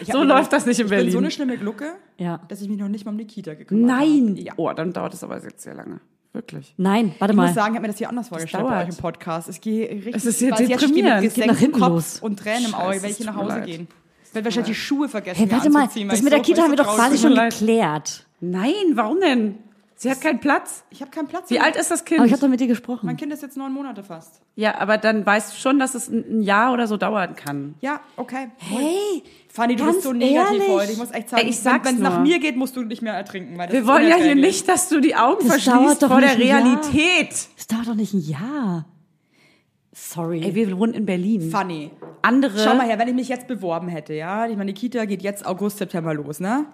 Ich hab So mir läuft das nicht in ich Berlin. bin so eine schlimme Glucke, Ja. dass ich mich noch nicht mal um die Kita gekümmert habe. Nein. Ja. Oh, dann dauert es aber jetzt sehr lange. Wirklich. Nein, warte Ich muss mal. sagen, ich habe mir das hier anders vorgestellt dauert. bei euch im Podcast. Es geht richtig. Es ist hier ich weiß, deprimierend. Jetzt Es geht stehe ich nach mit hinten gesenktem Kopf los. und Tränen im Auge, Scheiße, weil es ich hier nach tut mir Hause leid. gehen. Ich werde wahrscheinlich die Schuhe vergessen. Hey, mir warte mal. anzuziehen, weil Das ich mit so- der Kita weil haben wir ich so doch quasi traurig schon bin. leid. geklärt. Nein, warum denn? Sie hat keinen Platz. Ich habe keinen Platz. Wie mehr. alt ist das Kind? Aber ich habe doch mit dir Mein gesprochen. Kind ist jetzt neun Monate fast. ja, aber dann weißt du schon, dass es ein ein Jahr oder so dauern kann. Ja, okay. Hey, Fanny, du bist ganz so negativ ehrlich. heute. Ich muss echt sagen, Ey, ich sag's wenn es nach nur. mir geht, musst du nicht mehr ertrinken. Weil das Wir ist wollen ja hier unerträglich. nicht, dass du die Augen Das verschließt dauert doch vor der nicht ein Jahr. Realität. das dauert doch nicht ein Jahr. Sorry. Ey, wir wohnen in Berlin. Fanny. Andere. Schau mal her, wenn ich mich jetzt beworben hätte, ja. Ich meine, die Kita geht jetzt August, September los, ne?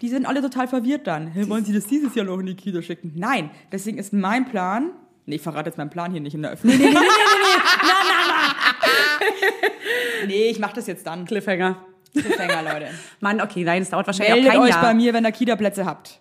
Die sind alle total verwirrt dann. Hey, wollen Sie das dieses Jahr noch in die Kita schicken? Nein, deswegen ist mein Plan. Nee, ich verrate jetzt meinen Plan hier nicht in der Öffentlichkeit. Nee, nee, nee, nee, nee, nee, nee, nee, nee. Nee, ich mach das jetzt dann. Cliffhanger. Cliffhanger, Leute. Mann, okay, nein, es dauert wahrscheinlich Meldet auch kein euch Jahr. bei mir, wenn ihr Kita-Plätze habt.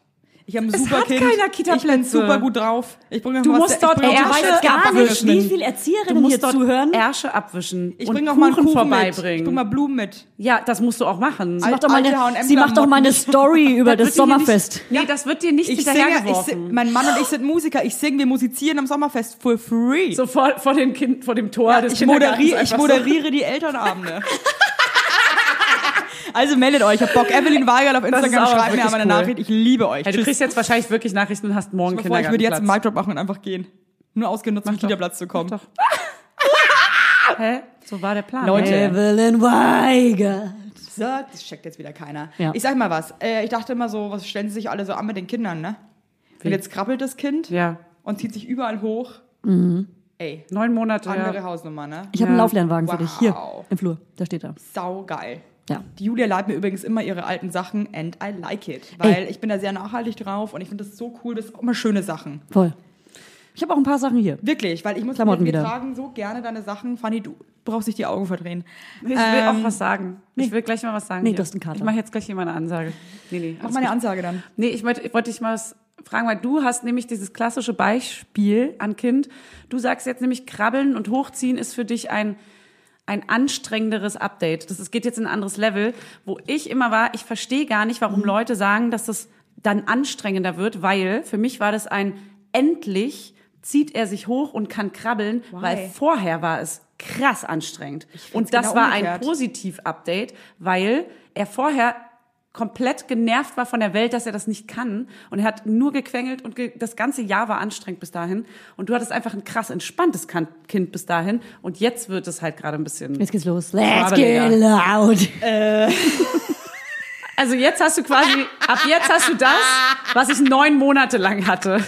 Ich habe ein super hat Kind. keiner Ich bin Kita-Plätze. super gut drauf. Ich bringe noch Du was musst ich dort bringe noch Ärsche was- Weiß gar nicht, Abwischen. viel Du Erzieherinnen musst dort Ärsche abwischen Ich und bringe auch Kuchen mal einen Kuchen mit. Ich vorbeibringen. bringe mal Blumen mit. ja, das musst du auch machen. Sie macht doch mal eine, Alte sie macht doch mal eine H&M-Klamotten. Story über Also, das wird dir hier Sommerfest. Nicht, nee, das wird dir nicht Ich singe, ich hinterhergeworfen. sing, mein Mann und ich sind Musiker. Ich singe, wir musizieren am Sommerfest for free. So vor, vor, dem kind, vor dem Tor des ich, moderiere, Kindergartens ich einfach moderiere die Elternabende. also meldet euch. Ich hab Bock. Evelyn Weigel auf ist Instagram. auch Schreibt mir wirklich aber eine cool. Nachricht. Ich liebe euch. So. Hey, du Tschüss. kriegst jetzt wahrscheinlich wirklich Nachrichten und hast morgen Bevor ich Kindergarten. würde jetzt einen Mic Drop machen und einfach gehen. Nur ausgenutzt, um Kita-Platz zu kommen. doch. Hä? So war der Plan. Leute. Hey. Evelyn Weiger. So, das checkt jetzt wieder keiner. Ja. Ich sag mal was. Äh, ich dachte immer so, was stellen sie sich alle so an mit den Kindern, ne? Und jetzt krabbelt das Kind Ja. und zieht sich überall hoch. Ey, Neun Monate. andere Ja. Hausnummer, ne? Ich habe einen Ja. Lauflernwagen für dich. Hier, Wow. im Flur. Da steht er. Saugeil. Ja. Die Julia leiht mir übrigens immer ihre alten Sachen and I like it. Weil ich bin da sehr nachhaltig drauf und ich finde das so cool. Das sind auch immer schöne Sachen. Voll. Ich habe auch ein paar Sachen hier. Wirklich, weil ich muss Klamotten wir wieder. tragen so gerne deine Sachen. Fanny, du brauchst nicht die Augen verdrehen. Ich will Ähm, auch was sagen. Ich will gleich mal was sagen. Nee, hier. du hast einen Kater. Ich mache jetzt gleich hier mal eine Ansage. Nee, nee. alles Mach mal gut. eine Ansage dann. Nee, ich wollte, ich wollte dich mal was fragen, weil du hast nämlich dieses klassische Beispiel an Kind. Du sagst jetzt nämlich, krabbeln und hochziehen ist für dich ein, ein anstrengenderes Update. Das ist, geht jetzt in ein anderes Level, wo ich immer war, ich verstehe gar nicht, warum Leute sagen, dass das dann anstrengender wird, weil für mich war das ein endlich zieht er sich hoch und kann krabbeln, weil vorher war es krass anstrengend. Und das genau war ein umgekehrt. Positiv-Update, weil er vorher komplett genervt war von der Welt, dass er das nicht kann. Und er hat nur gequengelt und ge das ganze Jahr war anstrengend bis dahin. Und du hattest einfach ein krass entspanntes Kan- Kind bis dahin. Und jetzt wird es halt gerade ein bisschen. Jetzt geht's los. Let's Schwabeliger. get loud. Also jetzt hast du quasi, ab jetzt hast du das, was ich neun Monate lang hatte.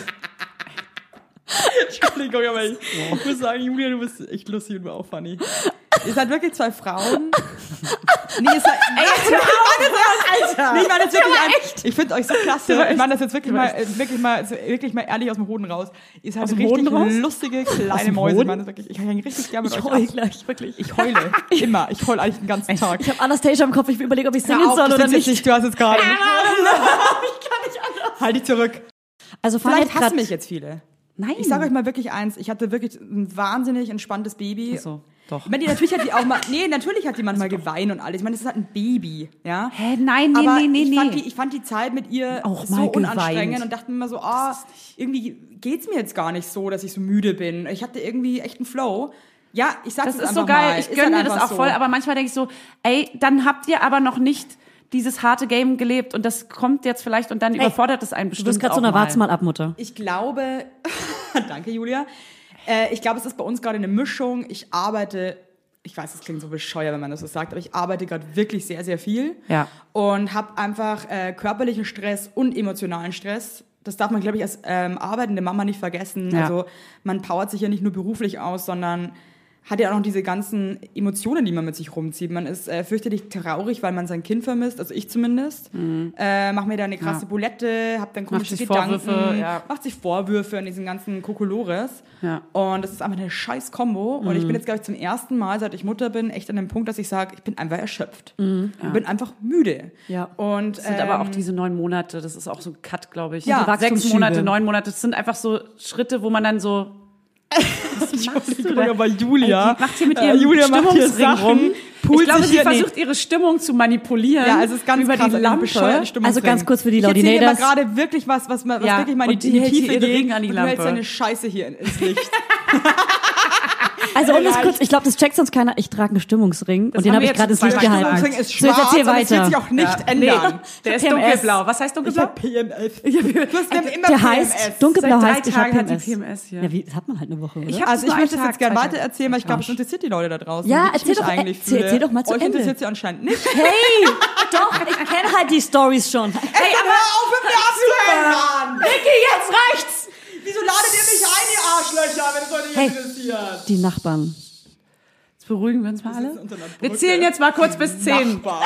Entschuldigung, aber ich, ich muss sagen, Julia, du bist echt lustig und auch funny. Ihr seid wirklich zwei Frauen. Nee, ihr seid. Ey, Alter! Nee, ich meine das wirklich echt. Ich finde euch so klasse. Ich meine das jetzt wirklich mal, äh, wirklich mal, so- wirklich mal ehrlich aus dem Hoden raus. Ihr seid dem richtig Hoden raus? lustige kleine Mäuse. Ich meine das wirklich. Ich hänge richtig gerne mit Ich euch heul ab. gleich, wirklich. Ich Ich heule. Immer. Ich heule eigentlich den ganzen Tag. habe Anastasia im Kopf, ich überlege, ob ich Hör singen auf, soll du oder singst nicht. jetzt nicht. Du hast jetzt gerade. ich kann nicht anders. Halt dich zurück. Also Fanny Vielleicht hat grad- hassen mich jetzt viele. halt Nein. Ich sage euch mal wirklich eins, ich hatte wirklich ein wahnsinnig entspanntes Baby. Ach so, doch. Wenn die, natürlich hat die auch mal, nee, natürlich hat die manchmal geweint und alles. Ich meine, es ist halt ein Baby, ja. Hä, nein, nee, Aber nee, nee, ich, Fand nee. die, ich fand die Zeit mit ihr Auch so mal unanstrengend geweint. und dachte mir immer so, ah, irgendwie geht's mir jetzt gar nicht so, dass ich so müde bin. Ich hatte irgendwie echt einen Flow. Ja, ich sag's Das jetzt ist so einfach geil. mal. Ich Ist gönne halt dir das einfach auch so. voll. Aber manchmal denke ich so, ey, dann habt ihr aber noch nicht dieses harte Game gelebt und das kommt jetzt vielleicht und dann überfordert es Du einen bestimmt. bist gerade so auch einer mal. Warts mal ab, Mutter. Ich glaube, danke Julia. Äh, ich glaube, es ist bei uns gerade eine Mischung. Ich arbeite, ich weiß, es klingt so bescheuert, wenn man das so sagt, aber ich arbeite gerade wirklich sehr, sehr viel Ja. und habe einfach äh, körperlichen Stress und emotionalen Stress. Das darf man, glaube ich, als ähm, arbeitende Mama nicht vergessen. Ja. Also man powert sich ja nicht nur beruflich aus, sondern hat ja auch noch diese ganzen Emotionen, die man mit sich rumzieht. Man ist äh, fürchterlich traurig, weil man sein Kind vermisst, also ich zumindest. Äh, mach mir da eine krasse Bulette, hab dann komische Mhm. sich Gedanken, Vorwürfe, ja. macht sich Vorwürfe an diesen ganzen Kokolores. Ja. Mhm. Und das ist einfach eine scheiß Kombo. Und ich bin jetzt, glaube ich, zum ersten Mal, seit ich Mutter bin, echt an dem Punkt, dass ich sage, ich bin einfach erschöpft. Ich bin einfach müde. Ja. Und, Das Mhm. sind aber auch ähm, diese neun Monate, das ist auch so ein Cut, glaube ich. Ja, sechs Wachstumsschübe. Monate, neun Monate, das sind einfach so Schritte, wo man dann so. Was machst du da? aber Julia. Ey, die macht hier mit Äh, ihrem Julia macht hier Stimmungsring Sachen, rum. pult Ich glaube, sich sie hier- nee. versucht ihre Stimmung zu manipulieren. Ja, also es ist ganz über krass, die ein Lampe. bescheuerter Stimmungsring. Also ganz kurz für die Ich erzähl dir Laudinators. mal gerade wirklich was, was, ma- was Ja, wirklich mal in und die, in die die hält Tiefe ihren geht. Ring an die und du hältst Lampe. deine Scheiße hier in- ins Licht. Also um halt- das kurz, ich glaube, das checkt sonst keiner. Ich trage einen Stimmungsring und den haben habe wir ich gerade ins jetzt Licht schon zweimal gehalten. Deswegen ist schwarz so, jetzt erzähl und es wird sich weiter. auch nicht ändern. Der ist PMS. dunkelblau. Was heißt Ich hab dunkelblau? PMS. Du hast nämlich immer Der PMS. heißt, dunkelblau Seit drei heißt, ich habe Tagen hat PMS. die PMS hier. Ja, wie, das hat man halt eine Woche, oder? Ich hab- Also ich Nur möchte einen das Tag, jetzt gerne zwei weiter erzählen, weil ich glaube, es interessiert die Leute da draußen. Ja, wie ich erzähl mich doch- eigentlich erzähl- fühle. erzähl doch mal zu Euch Ende. interessiert sie anscheinend nicht. hey, doch, ich kenne halt die Stories schon. Hey, aber auf mit mir abzuhängen! Vicky, jetzt reicht's! Wieso ladet ihr mich ein, ihr Arschlöcher, wenn es euch nicht Hey. interessiert? Die Nachbarn. Jetzt beruhigen wir uns mal alle. unter einer Brücke. Wir zählen jetzt mal kurz bis zehn. Nachbarn.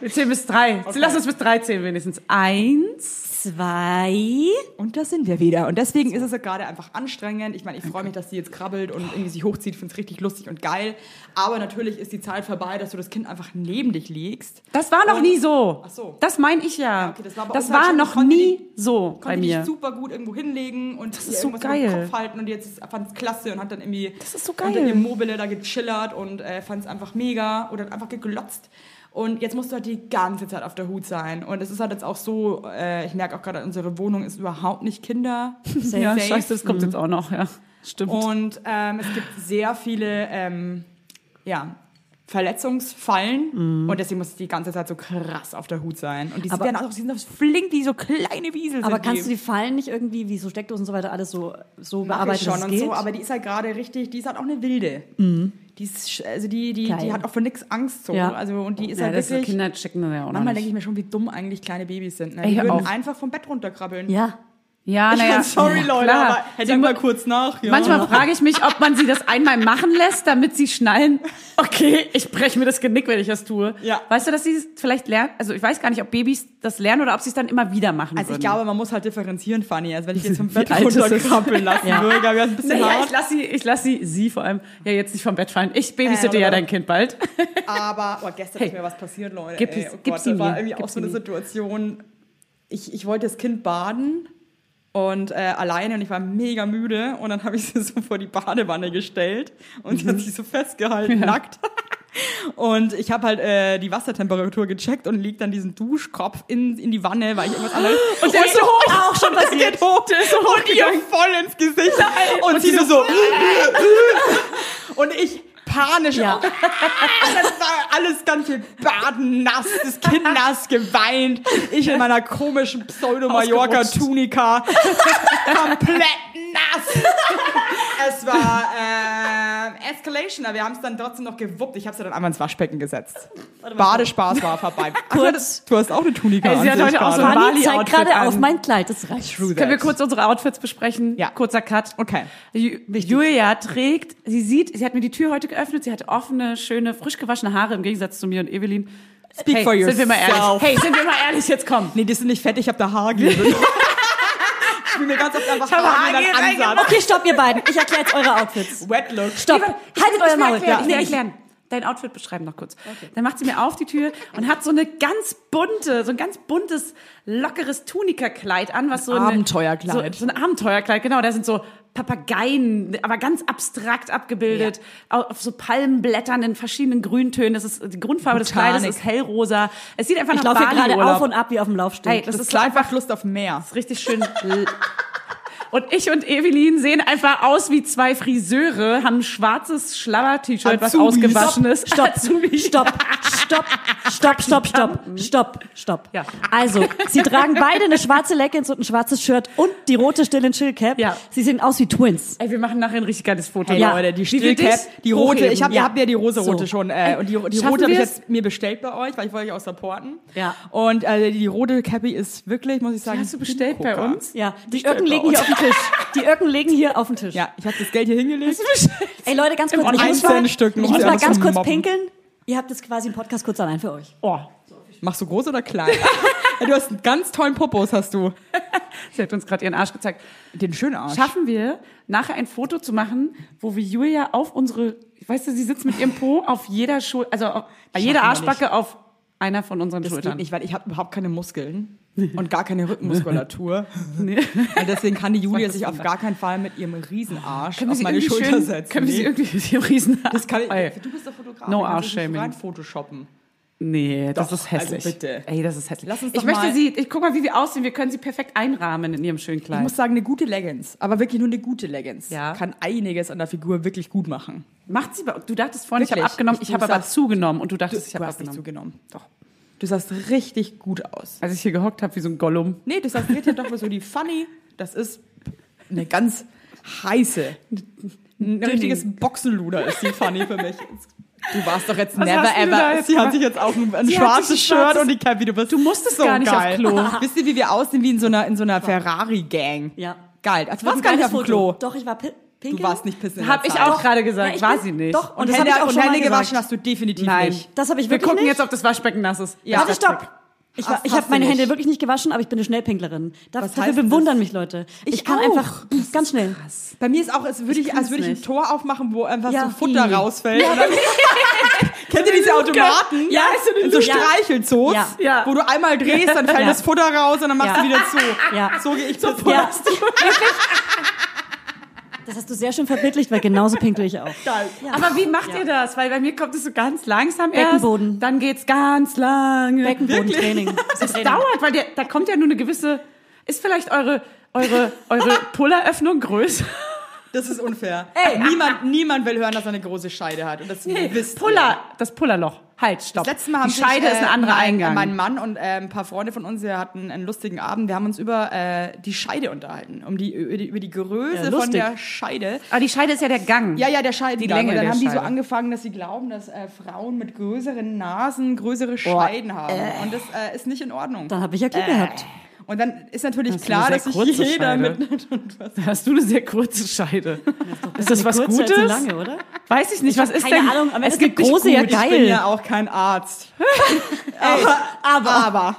Wir zählen bis drei. Lass uns bis drei zählen wenigstens. Eins. Zwei. Und da sind wir wieder. Und deswegen ist es ja gerade einfach anstrengend. Ich meine, ich freue mich, dass sie jetzt krabbelt und irgendwie sich hochzieht. Finde es richtig lustig und geil. Aber natürlich ist die Zeit vorbei, dass du das Kind einfach neben dich legst. Das war noch Und- nie so. Ach so. Das meine ich ja. okay, das war bei das uns halt war schon- noch konnte nie die- so bei Konnte mir. dich super gut irgendwo hinlegen und das ist so geil. Kopf halten. Und jetzt fand es klasse und hat dann irgendwie das ist so unter geil. ihr Mobile da gechillert und äh, fand es einfach mega oder hat einfach geglotzt. Und jetzt musst du halt die ganze Zeit auf der Hut sein. Und es ist halt jetzt auch so, äh, ich merke auch gerade, unsere Wohnung ist überhaupt nicht Kinder. Ja, safe. scheiße, das kommt jetzt auch noch, ja. Stimmt. Und ähm, es gibt sehr viele ähm, ja, Mhm. Verletzungsfallen und deswegen muss es die ganze Zeit so krass auf der Hut sein. Und die sind Aber- dann auch die sind auch so flink wie so kleine Wiesel. Aber sind kannst du die die Fallen nicht irgendwie wie so Steckdosen und so weiter alles so, so Mach ich bearbeiten, dass schon es und geht? so, aber die ist halt gerade richtig, die ist halt auch eine Wilde. Die, ist, sch- also die, die, Geil. die hat auch vor nichts Angst so. Ja. Also, und die ist Mhm. ja, halt das wirklich. Kinder checken das ja auch noch Manchmal denke nicht. ich mir schon, wie dumm eigentlich kleine Babys sind. Ne? Ey, Die hör auf. würden einfach vom Bett runterkrabbeln. ja. Ja, Ich naja. mein, sorry, Leute, klar. aber Sie hätte mal kurz nach. Ja. Manchmal frage ich mich, ob man sie das einmal machen lässt, damit sie schnallen, okay, ich breche mir das Genick, wenn ich das tue. Ja. Weißt du, dass sie es vielleicht lernen, also ich weiß gar nicht, ob Babys das lernen oder ob sie es dann immer wieder machen Also ich würden. glaube, man muss halt differenzieren, Fanny. Also wenn ich jetzt vom Bett alt ist es? runterkrabbeln lassen würde, glaube ich, wäre es ein bisschen naja, ich hart. lasse sie, ich lass sie, sie vor allem, ja jetzt nicht vom Bett fallen. Ich babysitte Äh, ja dein Kind bald. Aber oh, gestern ist mir was passiert, Leute. Gib Ey, sie- oh gib Gott, sie das war mir, irgendwie gib auch so sie eine mir. Situation. Ich, ich wollte das Kind baden und äh, alleine und ich war mega müde und dann habe ich sie so vor die Badewanne gestellt und sie Mhm. hat sich so festgehalten, nackt. Und ich habe halt äh, die Wassertemperatur gecheckt und leg dann diesen Duschkopf in, in die Wanne, weil ich irgendwas anderes... Und der geht hoch. auch schon passiert. Geht hoch. Der ist so und ihr voll ins Gesicht. Und, sie nur so... und ich panisch. Ja. Das war alles ganz viel baden, nass, das Kind nass geweint. Ich in meiner komischen Pseudo-Mallorca-Tunika. Komplett nass. Es war äh, Escalation, aber wir haben es dann trotzdem noch gewuppt. Ich habe es ja dann einmal ins Waschbecken gesetzt. Badespaß war vorbei. Kurz. Du hast auch eine Tunika. Ey, sie an, hat sehe ich heute auch so gerade. ein Fanny zeigt Also Bali-Outfit gerade an. auf mein Kleid, das reicht. True Können wir kurz unsere Outfits besprechen? Ja. Kurzer Cut. Okay. Ju- Julia trägt, sie sieht, sie hat mir die Tür heute geöffnet, sie hat offene, schöne, frisch gewaschene Haare im Gegensatz zu mir und Evelyn. Speak hey, for yourself. Sind wir mal ehrlich. Hey, sind wir mal ehrlich, jetzt komm. Nee, die sind nicht fett, ich habe da Haargel. ich bin mir ganz oft einfach habe Haargel in Haargel den Ansatz. Okay, stopp, ihr beiden. Ich erkläre jetzt eure Outfits. Wet Look. Stopp. Haltet euer Maul. Erklären, nee, Ja. erklären. Dein Outfit beschreiben noch kurz. Dann macht sie mir auf die Tür und hat so eine ganz bunte, so ein ganz buntes, lockeres Tunika-Kleid an, was so eine- Abenteuerkleid. So, so ein Abenteuerkleid, genau. Da sind so Papageien, aber ganz abstrakt abgebildet, au- auf so Palmenblättern in verschiedenen Grüntönen. Das ist die Grundfarbe des Botanik. Kleides ist hellrosa. Es sieht einfach Ich nach laufe hier gerade Bali-Urlaub. auf und ab wie auf dem Laufsteg. Hey, das, Das ist ist einfach Lust auf mehr. richtig schön. l- Und ich und Evelyn sehen einfach aus wie zwei Friseure, haben ein schwarzes Schlabber-T-Shirt, was Azubis. ausgewaschen ist. Stopp, Azubis. stopp, stopp, stopp, stopp, stopp, stopp, stopp. Mhm. Ja. Also, sie tragen beide eine schwarze Leggings und ein schwarzes Shirt und die rote Stillen Chill Cap. Ja. Sie sehen aus wie Twins. Ey, wir machen nachher ein richtig geiles Foto. Ja. Leute, die Wie wir das Stillcap, die rote, hochheben. ich habe Ja. ja. hab ja die rosa-rote So. schon. Äh, und die, die schaffen rote habe ich wir's? jetzt mir bestellt bei euch, weil ich wollte euch auch supporten. Ja. Und äh, die rote Cappy ist wirklich, muss ich sagen, Hast du bestellt bei Hingucker. uns? Ja, die Öcken legen hier auf den Tisch. Die Öcken legen hier auf den Tisch. Ja, ich habe das Geld hier hingelegt. Ey Leute, ganz kurz, ich Online- muss mal, ich Cent-Stück noch muss alles mal ganz zum kurz Mobben. pinkeln. Ihr habt jetzt quasi einen Podcast kurz allein für euch. Oh, Machst du groß oder klein? ja, du hast einen ganz tollen Popos, hast du. sie hat uns gerade ihren Arsch gezeigt. Den schönen Arsch. Schaffen wir, nachher ein Foto zu machen, wo wir Julia auf unsere, weißt du, sie sitzt mit ihrem Po auf jeder Schul, also auf, bei jeder wir nicht. Arschbacke auf einer von unseren das geht Schultern. nicht, weil ich habe überhaupt keine Muskeln und gar keine Rückenmuskulatur. Und deswegen kann die Julia sich auf gar keinen Fall mit ihrem Riesenarsch Können wir auf sie meine irgendwie Schulter schön, setzen. können wir sie Nee. irgendwie mit ihrem riesen das kann ich, Ey. du bist der Fotograf. No du kannst arsch es nicht shaming. rein Photoshoppen. Nee, das Doch, ist hässlich. also bitte. Ey, das ist hässlich. Lass uns ich doch möchte mal- sie, ich guck mal, wie wir aussehen. Wir können sie perfekt einrahmen in ihrem schönen Ich Kleid. muss sagen, eine gute Leggings, aber wirklich nur eine gute Leggings, Ja. kann einiges an der Figur wirklich gut machen. Macht sie, bei- du dachtest vorhin, ich habe Wirklich? abgenommen, Ich- ich, du habe aber sagst- zugenommen und du Du, dachtest, ich du habe hast nicht abgenommen. zugenommen. Doch. Du sahst richtig gut aus. Als ich hier gehockt habe wie so ein Gollum. Nee, du sahst richtig doch mal so die Funny. Das ist eine ganz heiße. Ein richtiges Boxenluder ist die Funny für mich. Du warst doch jetzt hast never denn du da ever. jetzt Sie hat sich jetzt auch ein, ein Sie hat sich ein schwarzes Shirt schwarzes- und die Cappy. Du bist du musstest so gar nicht geil. aufs Klo. Wisst ihr, wie wir aussehen wie in so einer, in so einer Ferrari-Gang? Ja. Geil. Also, Wird du ein warst gar nicht geiles auf dem Foto. Klo. Doch, ich war pi- pinkeln. Du warst nicht pissen. in der Hab ich Zeit. auch gerade gesagt, Ja, ich war bin- sie nicht. Doch, und, Und das Hände, habe ich auch und schon mal Hände gesagt. gewaschen hast du definitiv Nein. nicht. Das habe ich Wir wirklich gucken nicht. jetzt, ob das Waschbecken nass ist. Ja. Warte, das stopp. Ich, war- Hast- ich hast habe du meine nicht. Hände wirklich nicht gewaschen, aber ich bin eine Schnellpinklerin. Darf, Was heißt dafür denn bewundern das? mich Leute. Ich, Ich kann auch. einfach ganz schnell. Bei mir ist auch, als würde ich, als würde ich ein nicht. Tor aufmachen, wo einfach Ja. mhm. so Futter Ih. rausfällt. Und dann- Kennt ihr diese Automaten? Ja, ist so eine In so Luke. Streichelzoos, Ja. Ja. wo du einmal drehst, dann fällt Ja. das Futter raus und dann machst Ja. du wieder zu. Ja. So gehe ich so vor. Ja, das hast du sehr schön verbildlicht, weil genauso pinkel ich auch. Aber wie macht ihr das? Weil bei mir kommt es so ganz langsam erst. Beckenboden. Dann geht's ganz lange. Beckenbodentraining. Das dauert, weil der, da kommt ja nur eine gewisse. Ist vielleicht eure eure eure Pulleröffnung größer? Das ist unfair. Niemand, niemand will hören, dass er eine große Scheide hat. Und das wisst ihr. Puller, das Pullerloch. Halt, stopp. Das letzte Mal haben Die Scheide sich, äh, ist ein anderer mein, Eingang. Mein Mann und äh, ein paar Freunde von uns, wir hatten einen lustigen Abend. Wir haben uns über äh, die Scheide unterhalten, um die über die, über die Ja, Größe von lustig. der Scheide. Aber Ah, die Scheide ist ja der Gang. Ja, ja, der Scheidengang. Länge und dann der haben die so Scheide. angefangen, dass sie glauben, dass äh, Frauen mit größeren Nasen größere Scheiden haben. Und das äh, ist nicht in Ordnung. Dann habe ich ja Glück gehabt. und dann ist natürlich ist klar, eine dass sehr sich kurze jeder Scheide. mit... Da hast du eine sehr kurze Scheide. Ist das Eine was kurze als eine Gutes? lange, oder? Weiß ich nicht, was ist keine denn? Ahnung, am Ende es ist eine gibt nicht große ja gut. geil. Ich bin ja auch kein Arzt. aber, aber,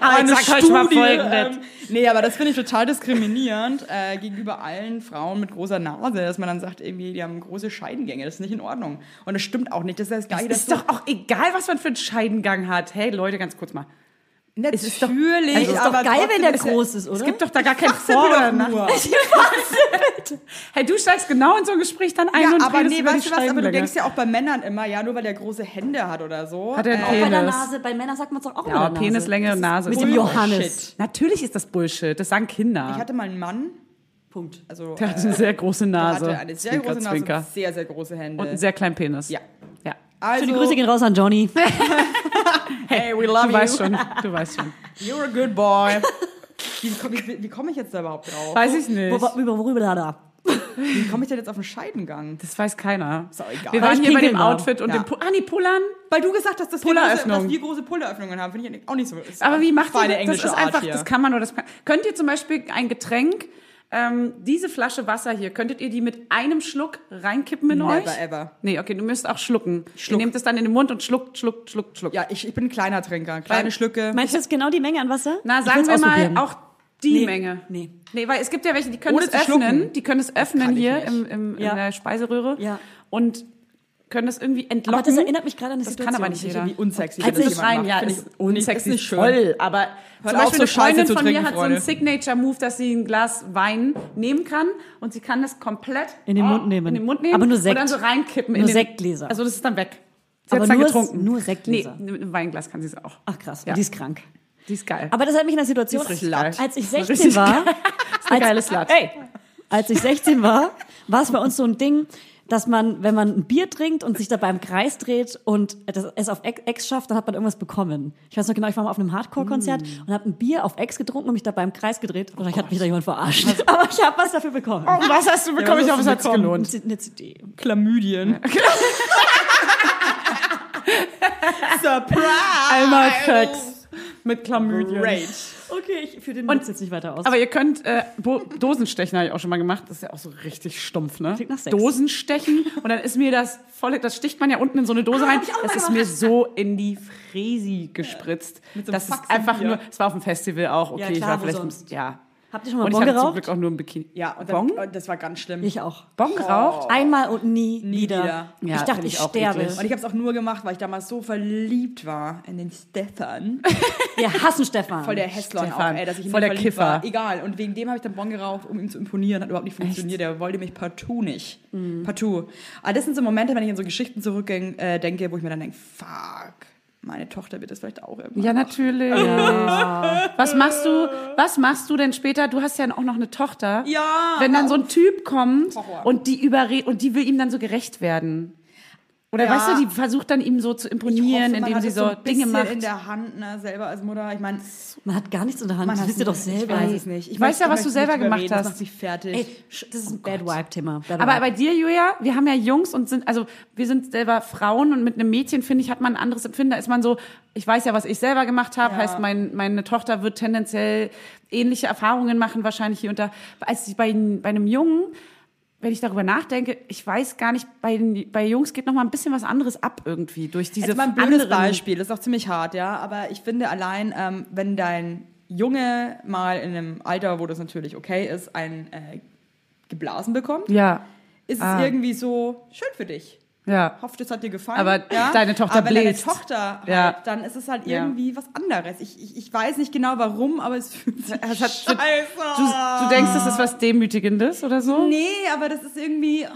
Aber ich sag euch mal folgendes. ähm, nee, aber das finde ich total diskriminierend äh, gegenüber allen Frauen mit großer Nase, dass man dann sagt, irgendwie, die haben große Scheidengänge. Das ist nicht in Ordnung. Und das stimmt auch nicht. Das ist das Gleiche. Ist doch auch egal, was man für einen Scheidengang hat. Hey Leute, ganz kurz mal. natürlich, ist doch- Es Also ist doch aber geil, wenn trotzdem der ist ja- groß ist, oder? Es gibt doch da gar kein Sind Vor- wir doch oder nur. Nach. Hey, du steigst genau in so ein Gespräch dann ein Ja, und aber redest nee, über weißt die du was, aber du Scheidenlänge. denkst ja auch bei Männern immer, ja, nur weil der große Hände hat oder so. Äh, Hat er einen Auch bei der Penis. Nase, bei Männern sagt man es doch auch Ja, Oh, mit der aber Nase. Penislänge Das und ist Nase Mit ist dem Bullshit. Johannes. Natürlich ist das Bullshit. Das sagen Kinder. ich hatte mal einen Mann, Punkt. also der hat eine sehr große hatte Nase. eine sehr große Nase, Zwinker, und sehr, sehr große Hände. Und einen sehr kleinen Penis. ja. ja. Also, Schöne Grüße gehen raus an Johnny. hey, we love Du you. weißt schon, du weißt schon. You're a good boy. Wie, komm- wie, wie komme ich jetzt da überhaupt drauf? Weiß ich nicht. Wo- wo- Über worüber da da? Wie komme ich denn jetzt auf den Scheidengang? Das weiß keiner. Ist auch egal. Wir Weil waren ich hier bei pinkel dem war. Outfit und Ja. dem Pu Ah, nee, Pullern. Weil du gesagt hast, dass wir große, Pulleröffnung. dass wir große Pulleröffnungen haben, finde ich auch nicht so. ist Aber wie macht ihr feine das? Das englische ist Art einfach, hier. das kann man nur. Das kann, könnt ihr zum Beispiel ein Getränk, ähm, diese Flasche Wasser hier, könntet ihr die mit einem Schluck reinkippen in euch? Never ever. Nee, okay, du müsst auch schlucken. Schluck. Ihr nehmt es dann in den Mund und schluckt, schluckt, schluckt, schluckt. Ja, ich, ich bin ein kleiner Trinker. Kleine Weil- Schlücke. Meinst du, das ist genau die Menge an Wasser? Na, Ich sagen will's wir mal ausprobieren. auch die Nee, Menge. nee. Nee, weil es gibt ja welche, die können Ohne es zu öffnen. schlucken. Die können es öffnen kann ich hier nicht. im, im, Ja. in der Speiseröhre. Ja. Und können das irgendwie entlocken. Aber das erinnert mich gerade an eine hm? Das Situation. kann aber nicht jeder. Wie unsexy. Also ich wenn das rein, jemand ja, macht. Finde ist ich unsexy Nicht, ist nicht schön. voll, aber zum auf, Beispiel so eine Scheiße Freundin zu von trinken, mir hat Freunde. so einen Signature-Move, dass sie ein Glas Wein nehmen kann und sie kann das komplett In den Mund nehmen. in den Mund nehmen Aber nur Sekt. und dann so reinkippen. Nur in den, Sektgläser. Also das ist dann weg. Sie Aber hat's dann nur- getrunken. nur Sektgläser. Nee, ein Weinglas kann sie es auch. Ach krass, Ja. die ist krank. Die ist geil. Aber das hat mich in der Situation, Die ist richtig geil. als ich Das ist 16 war, eine als- geile Slut. Ey, als ich 16 war, war es bei uns so ein Ding, dass man, wenn man ein Bier trinkt und sich dabei im Kreis dreht und das, es auf Ex, Ex schafft, dann hat man irgendwas bekommen. Ich weiß noch genau, ich war mal auf einem Hardcore-Konzert und habe ein Bier auf Ex getrunken und mich dabei im Kreis gedreht. Vielleicht hat mich da jemand verarscht. Aber ich habe Oh was Oh, dafür bekommen. Also Und Oh, was hast du bekommen? was ich hoffe, es hast hat du sich gelohnt. Eine C- Eine CD. Chlamydien. Surprise! Einmal Sex mit Chlamydien. Rage. Okay, ich führe den Mund jetzt nicht weiter aus. Aber ihr könnt, äh, Bo Dosenstechen habe ich auch schon mal gemacht. Das ist ja auch so richtig stumpf, ne? Klingt nach Sex. Dosenstechen. Und dann ist mir das volle, das sticht man ja unten in so eine Dose rein. Ah, hab ich auch Das mal ist mir so in die Fräsi gespritzt. Mit so einem das ist Fax im einfach Bier. nur, es war auf dem Festival auch, okay, Ja, ich klar, war wo vielleicht, sonst? ja. Habt ihr schon mal und ich Bon hatte zum geraucht? Glück auch nur ein Bikini. Ja, und dann, Bon? und das war ganz schlimm. Ich auch. Bon geraucht? Einmal und nie, wieder. wieder. Ja, ich dachte, find ich, ich auch sterbe. eklig. Und ich habe es auch nur gemacht, weil ich damals so verliebt war in den Stefan. Wir hassen Stefan. Voll der Hässler auch, Stefan. ey, dass ich in Voll den der verliebt Kiffer. War. Egal. Und wegen dem habe ich dann Bon geraucht, um ihm zu imponieren. Hat überhaupt nicht funktioniert. Er wollte mich partout nicht. Mhm. Partout. Aber das sind so Momente, wenn ich an so Geschichten zurückdenke, äh, denke, wo ich mir dann denke, fuck, meine Tochter wird das vielleicht auch irgendwann. Ja, natürlich. Was machst du, was machst du denn später? Du hast ja auch noch eine Tochter. Ja. Wenn dann so ein Typ kommt Horror. und die überredet und die will ihm dann so gerecht werden. Oder Ja. weißt du, die versucht dann ihm so zu Ich hoffe, imponieren, man indem hat sie es so, ein Dinge bisschen macht. in der Hand, ne, selber als Mutter. Ich meine, Man hat gar nichts in der Hand. man das hat wisst ihr doch selber. Ich weiß es nicht. Ich Ich weiß ja, möchte- was ich du möchte selber nicht drüber gemacht reden, Das hast. macht mich fertig. Ey, sch- das ist ein Bad Vibe-Thema. Bad Oh Aber Vibe. bei dir, Julia, wir haben ja Jungs und sind, also wir sind selber Frauen und mit einem Mädchen, finde ich, hat man ein anderes Empfinden. Da ist man so, ich weiß ja, was ich selber gemacht habe, Ja. heißt, mein, meine Tochter wird tendenziell ähnliche Erfahrungen machen, wahrscheinlich hier und da. Als ich bei, bei einem Jungen, wenn ich darüber nachdenke, ich weiß gar nicht, bei, den- bei Jungs geht noch mal ein bisschen was anderes ab irgendwie durch diese Jetzt mal ein blödes anderen- Beispiel, das ist auch ziemlich hart, ja. Aber ich finde allein, ähm, wenn dein Junge mal in einem Alter, wo das natürlich okay ist, ein äh, geblasen bekommt, Ja, ist Ah. es irgendwie so schön für dich. ja. Hofft, es hat dir gefallen. Aber deine Tochter Aber wenn deine bläst. Tochter, halt, Ja. dann ist es halt Ja. irgendwie was anderes. Ich, ich, ich weiß nicht genau warum, aber es fühlt sich Es hat- scheiße. Du, du denkst, das ist was Demütigendes oder so? nee, aber das ist irgendwie.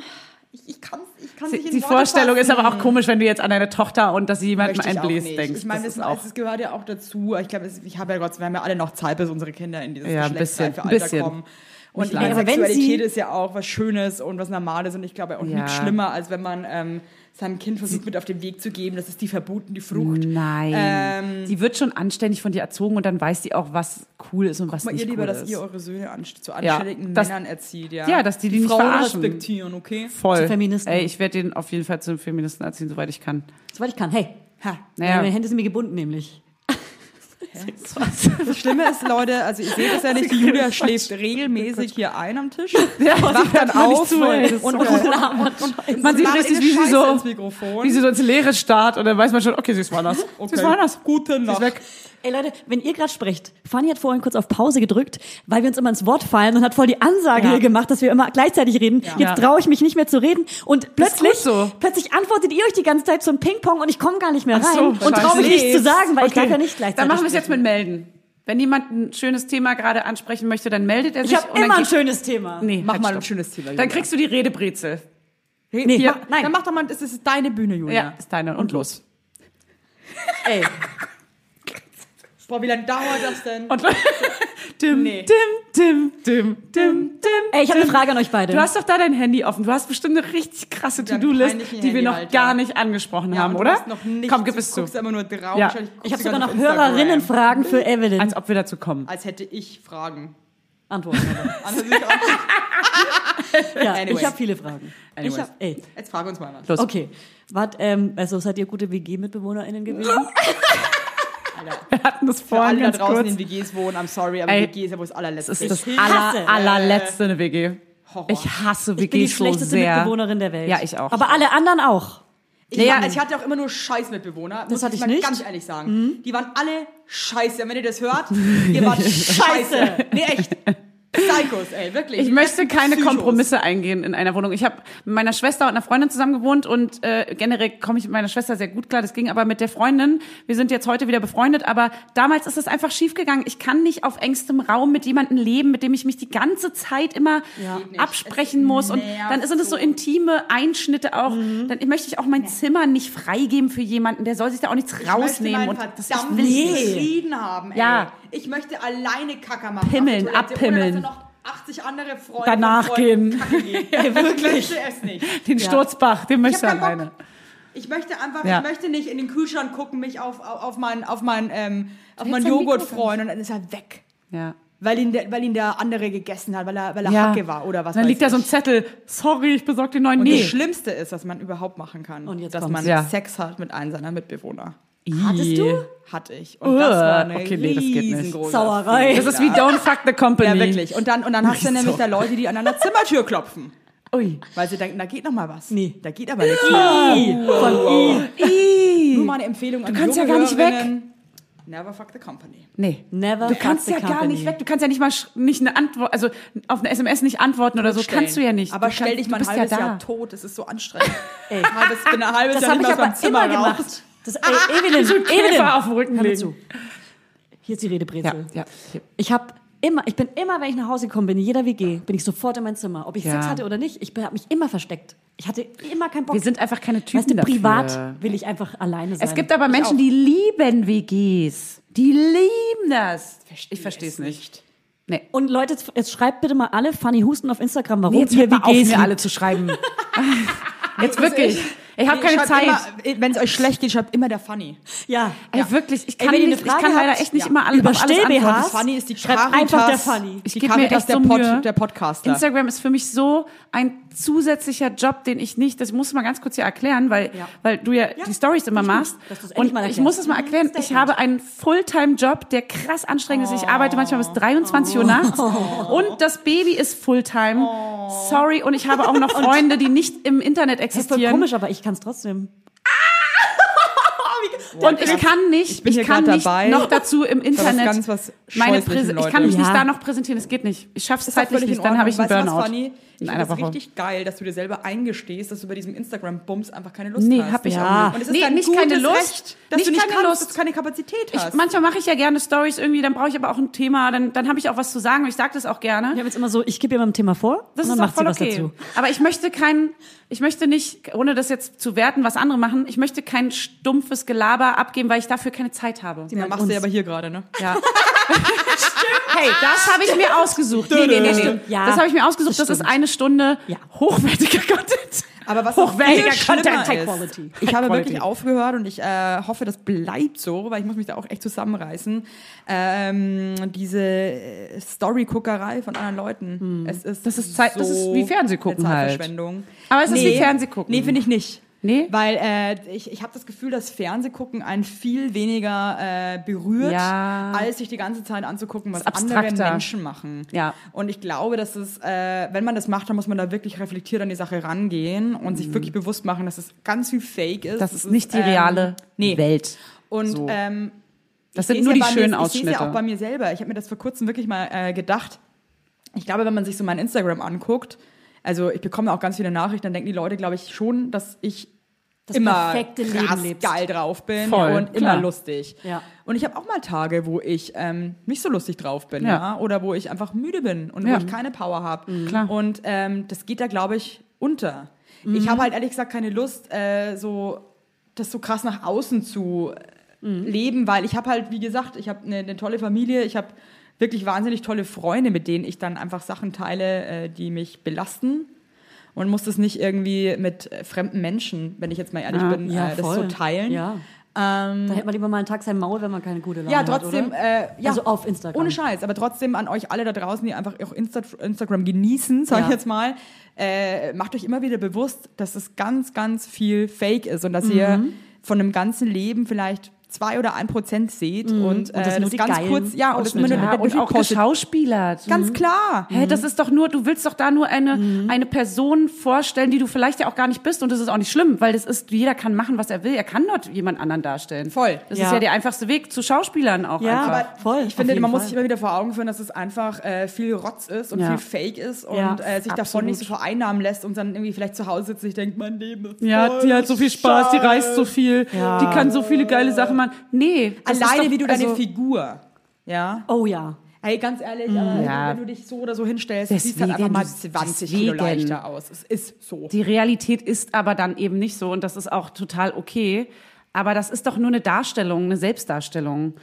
Ich, ich kann es ich kann's nicht in Die Worte Vorstellung ist fassen. Hm. aber auch komisch, wenn du jetzt an deine Tochter und dass sie jemandem Möchte ich ein auch Bläs nicht. denkst. Ich meine, das das, ist auch. das gehört ja auch dazu. Ich glaube, es- ich habe ja Gott, sei Dank, wir haben ja alle noch Zeit, bis unsere Kinder in dieses Ja, ein Geschlechtsreife bisschen, Alter bisschen. kommen. Und ich lange. meine, Aber wenn Sexualität sie- ist ja auch was Schönes und was Normales und ich glaube auch Ja. nichts schlimmer, als wenn man ähm, seinem Kind versucht, mit auf den Weg zu geben, das ist die verbotene Frucht. Nein. Ähm, die wird schon anständig von dir erzogen und dann weiß sie auch, was cool ist und was Guck mal, nicht ihr lieber, cool dass ist. ihr eure Söhne anst zu anständigen dass- Männern erzieht, ja. Ja, dass die die nicht Frauen verarschen. respektieren, okay? Voll. Zu Feministen. Ey, ich werde den auf jeden Fall zum Feministen erziehen, soweit ich kann. Soweit ich kann. Hey, Ha. Naja. meine Hände sind mir gebunden, nämlich. Das Schlimme ist, Leute, also ihr seht es ja nicht, die Julia schläft regelmäßig hier ein am Tisch. Ja, sie hört mir nicht zu, ey. und, und, und, Man sieht labert richtig, eine wie sie Scheiße so, ins Mikrofon. wie sie so ins Leere starrt und dann weiß man schon, okay, sie ist woanders. Sie ist woanders. Gute Sie ist Nacht. weg. Ey Leute, wenn ihr gerade sprecht, Fanny hat vorhin kurz auf Pause gedrückt, weil wir uns immer ins Wort fallen und hat voll die Ansage Ja. hier gemacht, dass wir immer gleichzeitig reden. Ja. Jetzt traue ich mich nicht mehr zu reden und plötzlich, gut so. plötzlich antwortet ihr euch die ganze Zeit so ein Ping-Pong und ich komme gar nicht mehr Ach rein so, und traue mich scheiße. nichts zu sagen, weil ich Okay. darf ja nicht gleichzeitig Dann machen wir es jetzt sprechen. mit Melden. Wenn jemand ein schönes Thema gerade ansprechen möchte, dann meldet er sich. Ich habe und immer dann ein geht- schönes Thema. Nee, Mach halt, mal stopp. ein schönes Thema, Julia. Dann kriegst du die Redebrezel. Nee, Hier. mach- nein. Dann mach doch mal, das ist deine Bühne, Julia. Ja, ist deine. Und los. Ey. Boah, wie lange dauert das denn? Und dim, Nee. dim, dim, dim, dim, dim. Ey, ich habe eine Frage an euch beide. Du hast doch da dein Handy offen. Du hast bestimmt eine richtig krasse Ja, To-Do-List, peinlichen die wir noch Handyhalter. gar nicht angesprochen Ja, haben, und du oder? hast Noch nicht, Komm, gib es Du zu. guckst immer nur drauf. Ja. Wahrscheinlich guckst ich habe du sogar Also- gar noch nicht auf Instagram. Hörerinnenfragen für Evelyn. Als ob wir dazu kommen. Als hätte ich Fragen. Antworten. Anna, sie ist auch- Ja, Anyways. ich habe viele Fragen. Ich hab, ey, Jetzt frag uns mal was. Los. okay. Wart, ähm, also seid ihr gute WG-MitbewohnerInnen gewesen? Wir hatten das Für vorhin alle da ganz draußen kurz. in WGs wohnen, I'm sorry, aber Ey, WG ist ja wohl das allerletzte. Das ist das Ich hasse- aller, allerletzte eine WG. Horror. Ich hasse WG Ich bin die so schlechteste sehr. Mitbewohnerin der Welt. Ja, ich auch. Aber alle anderen auch. Ich, Naja, war- ich hatte auch immer nur Scheiß Mitbewohner. Das muss hatte ich mal nicht. ganz ehrlich sagen. Mhm. Die waren alle scheiße. Und Wenn ihr das hört, ihr wart scheiße. Nee, echt. Psychos, ey, wirklich. Ich möchte keine Psychos. Kompromisse eingehen in einer Wohnung. Ich habe mit meiner Schwester und einer Freundin zusammen gewohnt und äh, generell komme ich mit meiner Schwester sehr gut klar. Das ging aber mit der Freundin. Wir sind jetzt heute wieder befreundet, aber damals ist es einfach schief gegangen. Ich kann nicht auf engstem Raum mit jemandem leben, mit dem ich mich die ganze Zeit immer nicht. absprechen Es muss. Und nervt dann sind es so so. Mhm. intime Einschnitte auch. Dann möchte ich auch mein Zimmer nicht freigeben für jemanden. Der soll sich da auch nichts Ich möchte rausnehmen. meinen Und das ich verdammten will ich nicht. Frieden haben, ey. Ja. Ich möchte alleine Kacke machen. Pimmeln, auf der Toilette, ohne dass abpimmeln. da noch 80 andere Freunde Danach von Freunden gehen. Kacke gehen. Ja, wirklich. Ich möchte es nicht. Den Sturzbach, den Ich möchte hab ich keinen Bock. alleine. Ich möchte einfach, Ja. ich möchte nicht in den Kühlschrank gucken, mich auf, auf, auf meinen auf mein, ähm, auf Jetzt meinen dein Joghurt Mikro freuen und dann ist er weg. Ja. Weil ihn, der, weil ihn der andere gegessen hat, weil er, weil er Hacke war oder was Dann weiß liegt da ich. so ein Zettel, sorry, ich besorge dir einen neuen. Und nee. das Schlimmste ist, was man überhaupt machen kann, Und jetzt dass kommt's. man Ja. Sex hat mit einem seiner Mitbewohner. Hattest du? Hatte ich. Und das war eine Okay, nee, das geht nicht. riesengroße Sauerei. Das ist wie Don't Fuck the Company. Ja, wirklich. Und dann, und dann hast du nämlich da Leute, die an einer Zimmertür klopfen. Ui. Weil sie denken, da geht noch mal was. Nee. Da geht aber nichts. I. Von I. Nur mal eine Empfehlung an Du kannst ja gar nicht weg. Never fuck the company. Nee. Never Du kannst fuck ja the gar company. nicht weg. Du kannst ja nicht mal sch- nicht eine Antwort, also auf eine SMS nicht antworten oder so. Kannst du ja nicht. Aber du stell kannst, dich mal du ein bist ja halbes da. Jahr tot, das ist so anstrengend. Ey. halbes, bin ein halbes Das Jahr habe nicht ich mehr aus meinem aber Zimmer immer raus. gemacht. Das, ey, Evelyn, Evelyn. Käfer auf dem Rücken hör mir legen. zu. Hier ist die Ja, Redebrezel. ja. Hier. Ich habe immer, ich bin immer, wenn ich nach Hause gekommen bin, in jeder WG, bin ich sofort in mein Zimmer. Ob ich Ja. Sex hatte oder nicht, ich habe mich immer versteckt. Ich hatte immer keinen Bock. Wir sind einfach keine Typen Weißt du, dafür. privat will ich einfach alleine sein. Es gibt aber Menschen, die lieben WGs. Die lieben das. ich verstehe es nicht. Nee. und Leute, jetzt- jetzt schreibt bitte mal alle Fanny Husten auf Instagram, warum Nee, jetzt ihr hört mal auf, WGs mir alle alle zu schreiben. jetzt Also wirklich. Ich habe keine Zeit. Wenn es euch schlecht geht, schreibt immer der Funny. Ja. Ey, wirklich, ich kann, wenn ihr nicht, eine ich Frage kann leider habt, echt nicht ja. immer alle Über auf alles Still-BHs? antworten. Was? Funny ist die Schreibt Caritas, einfach der Funny. Ich Ich gebe geb mir mir echt echt der, so Pod, Mühe. der Podcaster. Instagram ist für mich so ein zusätzlicher Job, den ich nicht, das muss ich mal ganz kurz hier erklären, weil, weil du ja, die Stories immer machst. Dass du's endlich Und mal ich erklärst. muss es mal erklären, ich habe einen Fulltime-Job, der krass anstrengend Oh. ist. Ich arbeite manchmal bis 23 Uhr nachts und das Baby ist Fulltime. Sorry, und ich habe auch noch Freunde, die nicht im Internet Oh. Das ist voll existieren. komisch, aber ich kann es trotzdem. Und ich kann nicht, ich, bin hier kann grad nicht dabei. noch dazu im was Internet ganz was meine Scheußlichen, Präse, Leute. ich kann mich Ja. nicht da noch präsentieren, es geht nicht. Ich schaff's ist doch zeitlich völlig in nicht, dann habe ich einen Ordnung. Weißt du, was, Burnout. Fanny? Ich in finde einer das Woche. richtig geil, dass du dir selber eingestehst, dass du bei diesem Instagram-Bums einfach keine Lust Nee, hast. hab ich Ja. auch nicht. Und es ist Nee, dein nicht gutes keine Lust. Recht, dass Nicht du nicht keine kannst, Lust. dass du keine Kapazität Ich, hast. manchmal mache ich ja gerne Stories irgendwie, dann brauche ich aber auch ein Thema, dann, dann habe ich auch was zu sagen und ich sage das auch Ich gerne. habe jetzt immer so, ich gebe jemandem ein Thema vor Das und dann ist auch macht sie voll was okay. dazu. Aber ich möchte kein, ich möchte nicht, ohne das jetzt zu werten, was andere machen, ich möchte kein stumpfes Gelaber abgeben, weil ich dafür keine Zeit habe. ja, machst du ja aber hier gerade, ne? Ja. hey, das habe ich mir ausgesucht. Nee, nee, nee, nee. Ja, das habe ich mir ausgesucht. Das, ist eine Stunde Ja. hochwertiger Content. Aber was auch viel hochwertiger schlimmer Content. ist, Quality. ich habe wirklich Quality. aufgehört und ich äh, hoffe, das bleibt so, weil ich muss mich da auch echt zusammenreißen. Ähm, diese äh, Story-Guckerei von anderen Leuten. Es ist Hm. Das ist Zeit- das ist wie Fernsehgucken eine halt. Zeitverschwendung. Aber es ist wie Fernsehgucken. Nee, finde ich nicht. Nee? Weil äh, ich, ich habe das Gefühl, dass Fernsehgucken einen viel weniger äh, berührt, Ja. als sich die ganze Zeit anzugucken, was Ist andere abstrakter. Menschen machen. Ja. Und ich glaube, dass es, äh, wenn man das macht, dann muss man da wirklich reflektiert an die Sache rangehen und sich wirklich bewusst machen, dass es ganz viel Fake ist. Mhm. Das Es ist nicht die ähm, reale nee. Welt. Und So. ähm, Das ich sind seh's nur die ja bei schönen mir, Ich sehe es ja auch bei Ausschnitte. mir selber. Ich habe mir das vor kurzem wirklich mal äh, gedacht. Ich glaube, wenn man sich so mein Instagram anguckt, also ich bekomme auch ganz viele Nachrichten, dann denken die Leute, glaube ich, schon, dass ich Das immer perfekte krass Leben lebst. geil drauf bin Voll, und immer klar. lustig. Ja. Und ich habe auch mal Tage, wo ich ähm, nicht so lustig drauf bin, ja. Ja. oder wo ich einfach müde bin und wo Ja. ich keine Power habe. Klar. Und ähm, das geht da, glaube ich, unter. Ich habe halt ehrlich gesagt keine Lust, äh, so das so krass nach außen zu leben, weil ich habe halt, wie gesagt, ich habe eine eine tolle Familie, ich habe wirklich wahnsinnig tolle Freunde, mit denen ich dann einfach Sachen teile, äh, die mich belasten. Und muss das nicht irgendwie mit äh, fremden Menschen, wenn ich jetzt mal ehrlich Ja, bin, äh, das so teilen. Ja. Ähm, Da hätte man lieber mal einen Tag sein Maul, wenn man keine gute Laune ja, hat. trotzdem, oder? äh, ja, Also auf Instagram. Ohne Scheiß, aber trotzdem an euch alle da draußen, die einfach auch Insta Instagram genießen, sag Ja. ich jetzt mal, äh, macht euch immer wieder bewusst, dass es ganz, ganz viel Fake ist und dass Mhm. ihr von einem ganzen Leben vielleicht zwei oder ein Prozent seht und, äh, Mhm. das das, nur die ganz geilen kurz, ja, und das immer Ausschnitte. nur Ja, mit Ja, der und Mhm. auch Bildpostet. Mhm. geschauspielert. Ganz klar. Hä, das ist doch nur, du willst doch da nur eine, eine Person vorstellen, die du vielleicht ja auch gar nicht bist und das ist auch nicht schlimm, weil das ist, jeder kann machen, was er will, er kann dort jemand anderen darstellen. Voll. Das Ja. ist ja der einfachste Weg zu Schauspielern auch Ja, einfach. aber voll. Ich finde, auf jeden man muss Fall. sich immer wieder vor Augen führen, dass es einfach äh, viel Rotz ist und Ja. viel Fake ist und Ja, äh, sich davon absolut. nicht so vereinnahmen lässt und dann irgendwie vielleicht zu Hause sitzt und sich denkt, mein Leben ist Ja, voll die hat so viel Spaß, die Scheiße. reist so viel, Ja. die kann so viele geile Sachen machen. Nee, das ist Alleine, doch- wie du deine also- Figur. Mhm. Ja. Oh ja. Hey, ganz ehrlich, aber Ja. wenn du dich so oder so hinstellst, siehst du Deswegen, halt einfach mal du- 20 Kilo deswegen. leichter aus. Es ist so. Die Realität ist aber dann eben nicht so und das ist auch total okay. Aber das ist doch nur eine Darstellung, eine Selbstdarstellung.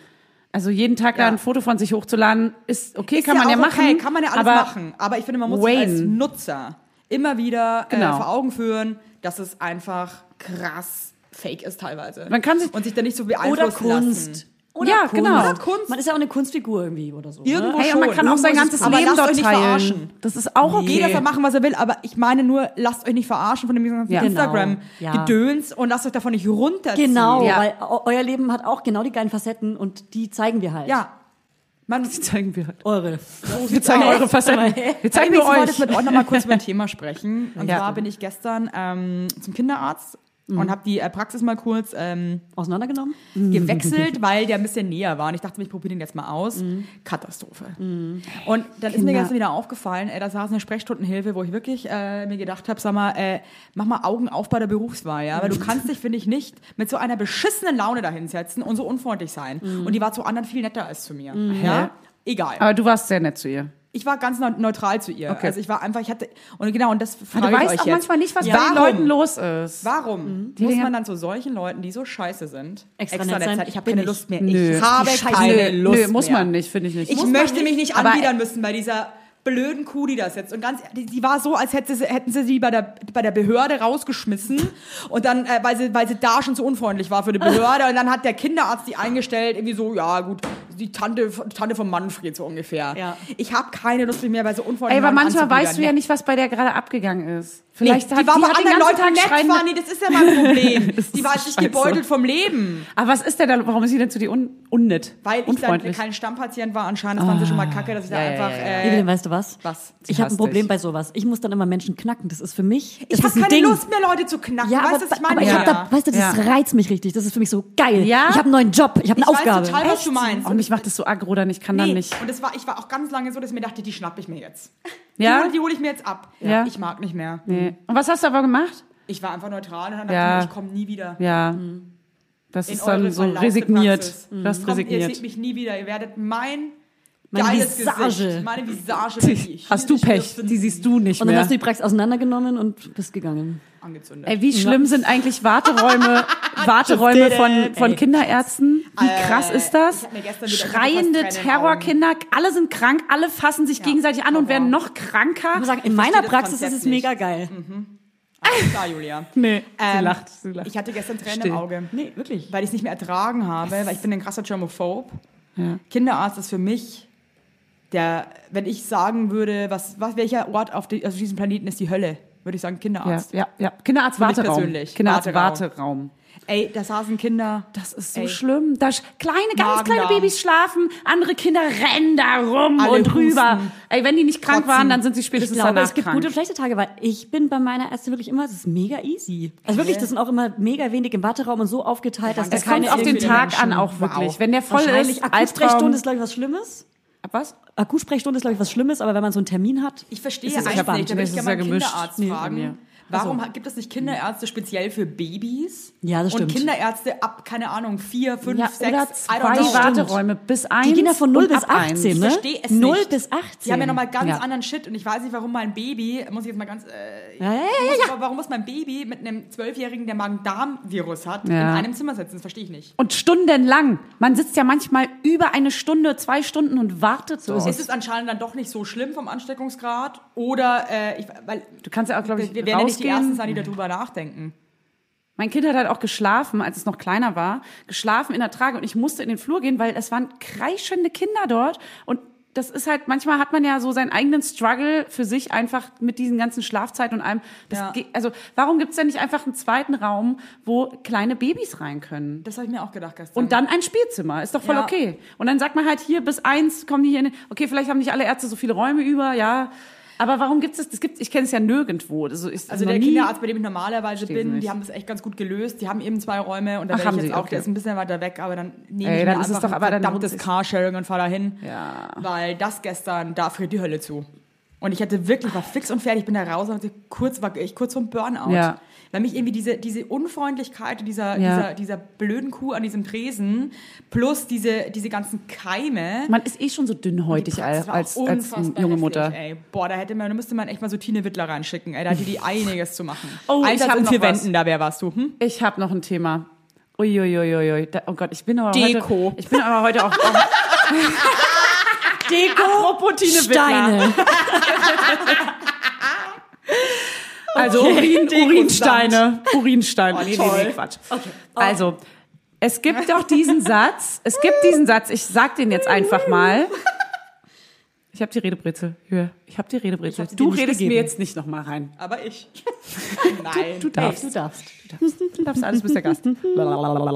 Also jeden Tag da Ja. ein Foto von sich hochzuladen, ist okay, kann man ja auch machen. Okay, kann man ja alles aber machen. Aber ich finde, man muss Wayne. sich als Nutzer immer wieder Genau. äh, vor Augen führen, dass es einfach krass fake ist teilweise. Man kann sich- und sich dann nicht so beeinflussen Oder Kunst. Lassen. Oder Ja, Kunst. genau. Oder Kunst. Man ist ja auch eine Kunstfigur irgendwie oder so. Irgendwo ne? Hey, und man schon. kann auch sein Irgendwas ganzes ist- aber Leben lasst dort euch nicht teilen. verarschen. Das ist auch okay. Jeder soll machen, was er will, aber ich meine nur, lasst euch nicht verarschen von dem ganzen Ja. Genau. Instagram-Gedöns und lasst euch davon nicht runterziehen. Genau, Ja. weil eu- euer Leben hat auch genau die geilen Facetten und die zeigen wir halt. Ja. Man, Zeigen wir, halt. Eure. wir zeigen eure Facetten. Wir zeigen Übrigens, nur ich wollte jetzt euch. mit euch nochmal kurz über ein Thema sprechen. Und Ja. Mhm. zwar bin ich gestern ähm, zum Kinderarzt und habe die äh, Praxis mal kurz ähm, Auseinandergenommen? gewechselt, weil der ein bisschen näher war. Und ich dachte, mir, ich probiere den jetzt mal aus. Katastrophe. Und dann ist mir Mhm. Kinder- gestern wieder aufgefallen, äh, da saß eine Sprechstundenhilfe, wo ich wirklich äh, mir gedacht habe, sag mal, äh, mach mal Augen auf bei der Berufswahl, ja? Weil du kannst dich, finde ich, nicht mit so einer beschissenen Laune dahinsetzen und so unfreundlich sein. Mhm. Und die war zu anderen viel netter als zu mir. Ja? Egal. Aber du warst sehr nett zu ihr. Ich war ganz neu- neutral zu ihr. Okay. Also ich war einfach, ich hatte, und genau, und das Aber frage du ich weißt euch auch jetzt. manchmal nicht, was bei den Warum? Leuten los Mhm. ist. Warum muss man dann zu solchen Leuten, die so scheiße sind, Extra extra, nett nett sein? sein? Ich habe Bin keine ich. Lust mehr. Nö. Ich habe Scheiße. keine Nö, Lust nö, muss mehr. man nicht, finde ich nicht. Ich Muss man möchte mich nicht aber- äh, anbiedern müssen bei dieser blöden Kuh, die das jetzt. Und ganz, e- die, die war so, als hätte sie, hätten sie sie bei der, bei der Behörde rausgeschmissen und dann, äh, weil, sie, weil sie da schon zu unfreundlich war für die Behörde und dann hat der Kinderarzt die eingestellt, irgendwie so, ja gut, die Tante, von- Tante von Manfred so ungefähr. Ja. Ich habe keine Lust mehr bei so Ey, unfreundlichen aber Leuten manchmal weißt anzubiedern. ne? du ja nicht, was bei der gerade abgegangen ist. Vielleicht Nee, hat die war die bei hat den anderen ganzen Leuten Tag nett, schreiende- Fanny, das ist ja mein Problem. Das die ist war jetzt nicht scheiße. gebeutelt vom Leben. Aber was ist der da? Warum ist sie denn zu dir un unnett? Weil ich dann Unfreundlich. Ah. kein Stammpatient war, anscheinend, das fand sie schon mal kacke, dass ich da ja, einfach... ja, ja. Äh, Evelyn, weißt du was? was? Ich habe ein hasst Problem dich. bei sowas. Ich muss dann immer Menschen knacken. Das ist für mich. das Ich ist habe ein keine Ding. Lust mehr, Leute zu knacken. Ja, weißt aber, du, was ich meine? aber ich Ja. hab da, weißt du, das Ja. reizt mich richtig. Das ist für mich so geil. Ja? Ich habe einen neuen Job. Ich habe eine Ich weiß Aufgabe. total, was du meinst. Oh, mich macht das so aggro dann, ich kann dann Nee. nicht. Und das war, ich war auch ganz lange so, dass ich mir dachte, die schnapp ich mir jetzt. Ja? Die hole hol ich mir jetzt ab. Ja. Ich mag nicht mehr. Nee. Und was hast du aber gemacht? Ich war einfach neutral und dann dachte Ja. ich, mir, ich komme nie wieder. Ja. Das Hm. In ist dann eure so verlaufte resigniert. Praxis. Du hast Kommt, ihr seht resigniert. mich nie wieder. Ihr werdet mein Meine geiles Visage. Gesicht. Meine Visage. bin ich. Hast du Ich will Pech, das die siehst du nicht Und dann mehr. hast du die Praxis auseinandergenommen und bist gegangen. Angezündet. Ey, wie schlimm sind eigentlich Warteräume, Warteräume von, von Kinderärzten? Wie krass ist das? Äh, ich hab mir gestern wieder- ich hatte Schreiende fast Tränen in den Terrorkinder, alle sind krank, alle fassen sich gegenseitig an und werden noch kranker. Ich muss sagen, in verstehe meiner das Praxis ist Konzept es mega geil. Alles klar, Julia. Nee, sie Ähm, lacht, sie lacht. Ich hatte gestern Tränen Still. im Auge. Nee, wirklich. Weil ich es nicht mehr ertragen habe, weil ich bin ein krasser Germophob. Ja. Kinderarzt ist für mich der, wenn ich sagen würde, was, was welcher Ort auf die, also diesem Planeten ist die Hölle, würde ich sagen ja, Kinderarzt. ja, ja. Kinderarzt Warteraum. persönlich. Kinderarzt Warteraum. Warteraum. Ey, da saßen Kinder. Das ist so Ey. schlimm. Da sch kleine, ganz Magen-Darm. kleine Babys schlafen, andere Kinder rennen da rum Alle und rüber. husten. Ey, wenn die nicht krank Kotzen. waren, dann sind sie Ich spätestens glaube, danach es gibt krank. gute und schlechte Tage, weil ich bin bei meiner Ärztin wirklich immer, es ist mega easy. Also wirklich, das sind auch immer mega wenig im Warteraum und so aufgeteilt, dass da es kommt keine auf den irgendwie- Tag Menschen. an auch wirklich. Wenn der voll Wahrscheinlich ist, Akutsprechstunde Albtraum- ist, glaube ich, was Schlimmes. Was? Akutsprechstunde ist, glaube ich, was Schlimmes, aber wenn man so einen Termin hat, Ich verstehe Das ist eigentlich verbannt. nicht, da Nee, würde es ich ist gerne ja mal einen gemischt. Kinderarzt Nee, bei mir. Also. fragen, Warum ha- gibt es nicht Kinderärzte speziell für Babys? Ja, das Und stimmt. Kinderärzte ab, keine Ahnung, vier, fünf, Ja, sechs, oder I don't know. zwei Warteräume bis eins. Die gehen ja von 0 und bis ab eins. 18, ne? Ich verstehe es 0 nicht. bis 18. Die haben ja nochmal ganz Ja. anderen Shit und ich weiß nicht, warum mein Baby, muss ich jetzt mal ganz, äh, Ja, ja, ja, muss, aber warum muss mein Baby mit einem Zwölfjährigen, der Magen-Darm-Virus hat, in Ja. einem Zimmer sitzen? Das verstehe ich nicht. Und stundenlang. Man sitzt ja manchmal über eine Stunde, zwei Stunden und wartet so. Ist es anscheinend dann doch nicht so schlimm vom Ansteckungsgrad oder, äh, ich, weil Du kannst ja auch, glaube ich, wir werden ja nicht die Ersten rausgehen. sein, die darüber nachdenken. Mein Kind hat halt auch geschlafen, als es noch kleiner war, geschlafen in der Trage und ich musste in den Flur gehen, weil es waren kreischende Kinder dort und das ist halt, manchmal hat man ja so seinen eigenen Struggle für sich einfach mit diesen ganzen Schlafzeiten und allem. Das Ja. geht, also warum gibt's denn nicht einfach einen zweiten Raum, wo kleine Babys rein können? Das habe ich mir auch gedacht gestern. Und dann ein Spielzimmer, ist doch voll Ja. okay. Und dann sagt man halt hier bis eins kommen die hier in. den- Okay, vielleicht haben nicht alle Ärzte so viele Räume über, ja. Aber warum gibt's das? Das gibt, ich kenne es ja nirgendwo. Also, ist Also noch der nie- Kinderarzt, bei dem ich normalerweise Versteh's bin, nicht. die haben das echt ganz gut gelöst. Die haben eben zwei Räume und da Ach, wäre haben ich jetzt sie, auch, okay. der ist ein bisschen weiter weg, aber dann nehme Ey, ich dann mir ist es einfach doch- aber dann ein verdammtes lohnt sich. Carsharing und fahre dahin. Ja. Weil das gestern, da friert die Hölle zu. Und ich hatte wirklich, war fix und fertig, ich bin da raus und hatte kurz, war ich kurz vom Burnout. Ja. Weil mich irgendwie diese, diese Unfreundlichkeit dieser, Ja. dieser, dieser blöden Kuh an diesem Tresen plus diese, diese ganzen Keime. Man ist eh schon so dünnhäutig Das als, war als, auch als unfassbar junge heftig, Mutter. Ey. Boah, da hätte man, da müsste man echt mal so Tine Wittler reinschicken. Ey, da hätte die einiges zu machen. Oh, ich Einsatz hab in noch vier was. Wänden, da wer warst du? Hm? Ich habe noch ein Thema. Uiuiuiui. Da- Oh Gott, ich bin aber Deko. heute. Ich bin aber heute auch. Deko, Apropos-Tine Steine. Also Urin, Urinsteine. Urinsteine. nee, nee, toll. nee, Quatsch. Also, es gibt doch diesen Satz. Es gibt diesen Satz. Ich sag den jetzt einfach mal. Ich habe die Redebrezel. Hör, Ich habe die Redebrezel. hab sie dir Du nicht redest mir gegeben. jetzt nicht nochmal rein. Aber ich. Nein. Du darfst. Du darfst. Du darfst alles, bist der Gast. Lalalala.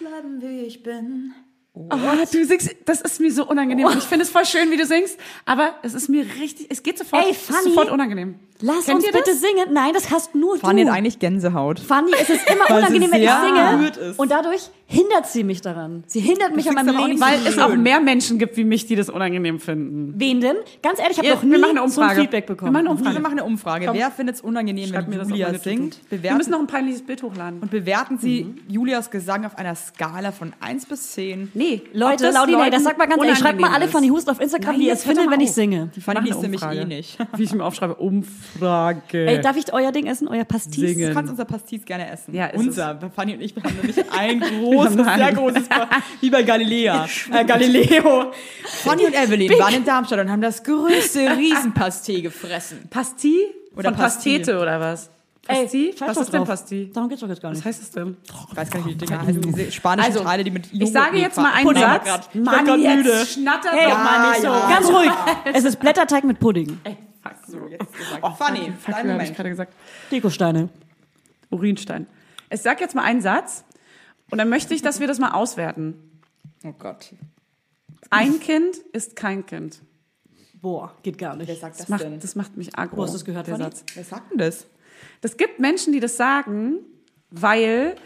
bleiben, wie ich bin. Oh, du singst, das ist mir so unangenehm. Und ich finde es voll schön, wie du singst, aber es ist mir richtig, es geht sofort, Ey, es ist Fanny, sofort unangenehm. Lass Kennt uns ihr das? bitte singen. Nein, das hast nur Waren du. jetzt eigentlich Gänsehaut? Fanny, es ist immer Weil sie unangenehm, wenn ich sehr berührt singe. ist. Und dadurch hindert sie mich daran. Sie hindert mich an klingst meinem aber auch Leben. nicht so Weil es auch mehr Menschen gibt wie mich, die das unangenehm finden. Wen denn? Ganz ehrlich, ich Ihr- habe noch nie wir machen eine so ein Umfrage. Feedback Wir machen eine bekommen. Umfrage. Wir machen eine Umfrage. Wer findet es unangenehm, Schreib mir wenn das auf Julia meine To-Do. singt? Wir müssen Bewerten, noch ein peinliches Bild hochladen. und bewerten Sie Julias Gesang auf einer Skala von 1 bis 10. Nee, Leute, das genau Laudine, das sagt mal ganz ehrlich. Schreibt mal alle Fanny Husten auf Instagram, Nein, wie ihr jetzt es hör doch findet, mal wenn ich auf. singe. Die fand ich nämlich eh nicht. Wie ich mir aufschreibe, Umfrage. Ey, darf ich euer Ding essen? Euer Pastis? Singen. Du kannst unser Pastis gerne essen. Ja, ist unser. Fanny und ich haben nämlich ein großes, haben sehr ein- großes, Pa- wie bei Galilea, äh, Galileo. Fanny und Evelyn waren in Darmstadt und haben das größte Riesenpastee gefressen. Pasti? Oder Von Pastille. Pastete oder was? Ey, Pasti? scheiß was doch ist denn drauf. Pasti? Darum geht's doch jetzt gar nicht. Was heißt das denn? Ich weiß gar nicht, wie die Dinger heißen. Diese spanischen Also, Teile, die mit Oh, Ich sage jetzt mal einen Pudding. Satz. Ich bin grad müde. schnattert Hey, doch mal nicht so. ja. Ganz ruhig. Es ist Blätterteig mit Pudding. Ey, fuck so. Oh, Fanny, Fuck, dein habe ich Moment. gerade gesagt. Dekosteine. Urinstein. Ich sag jetzt mal einen Satz und dann möchte ich, dass wir das mal auswerten. Oh Gott. Ein Kind ist kein Kind. Boah, geht gar nicht. Wer sagt das, Macht, denn? das macht mich aggro. Wo hast du das gehört, der Fanny? Satz. Wer sagt denn das? Das gibt Menschen, die das sagen, weil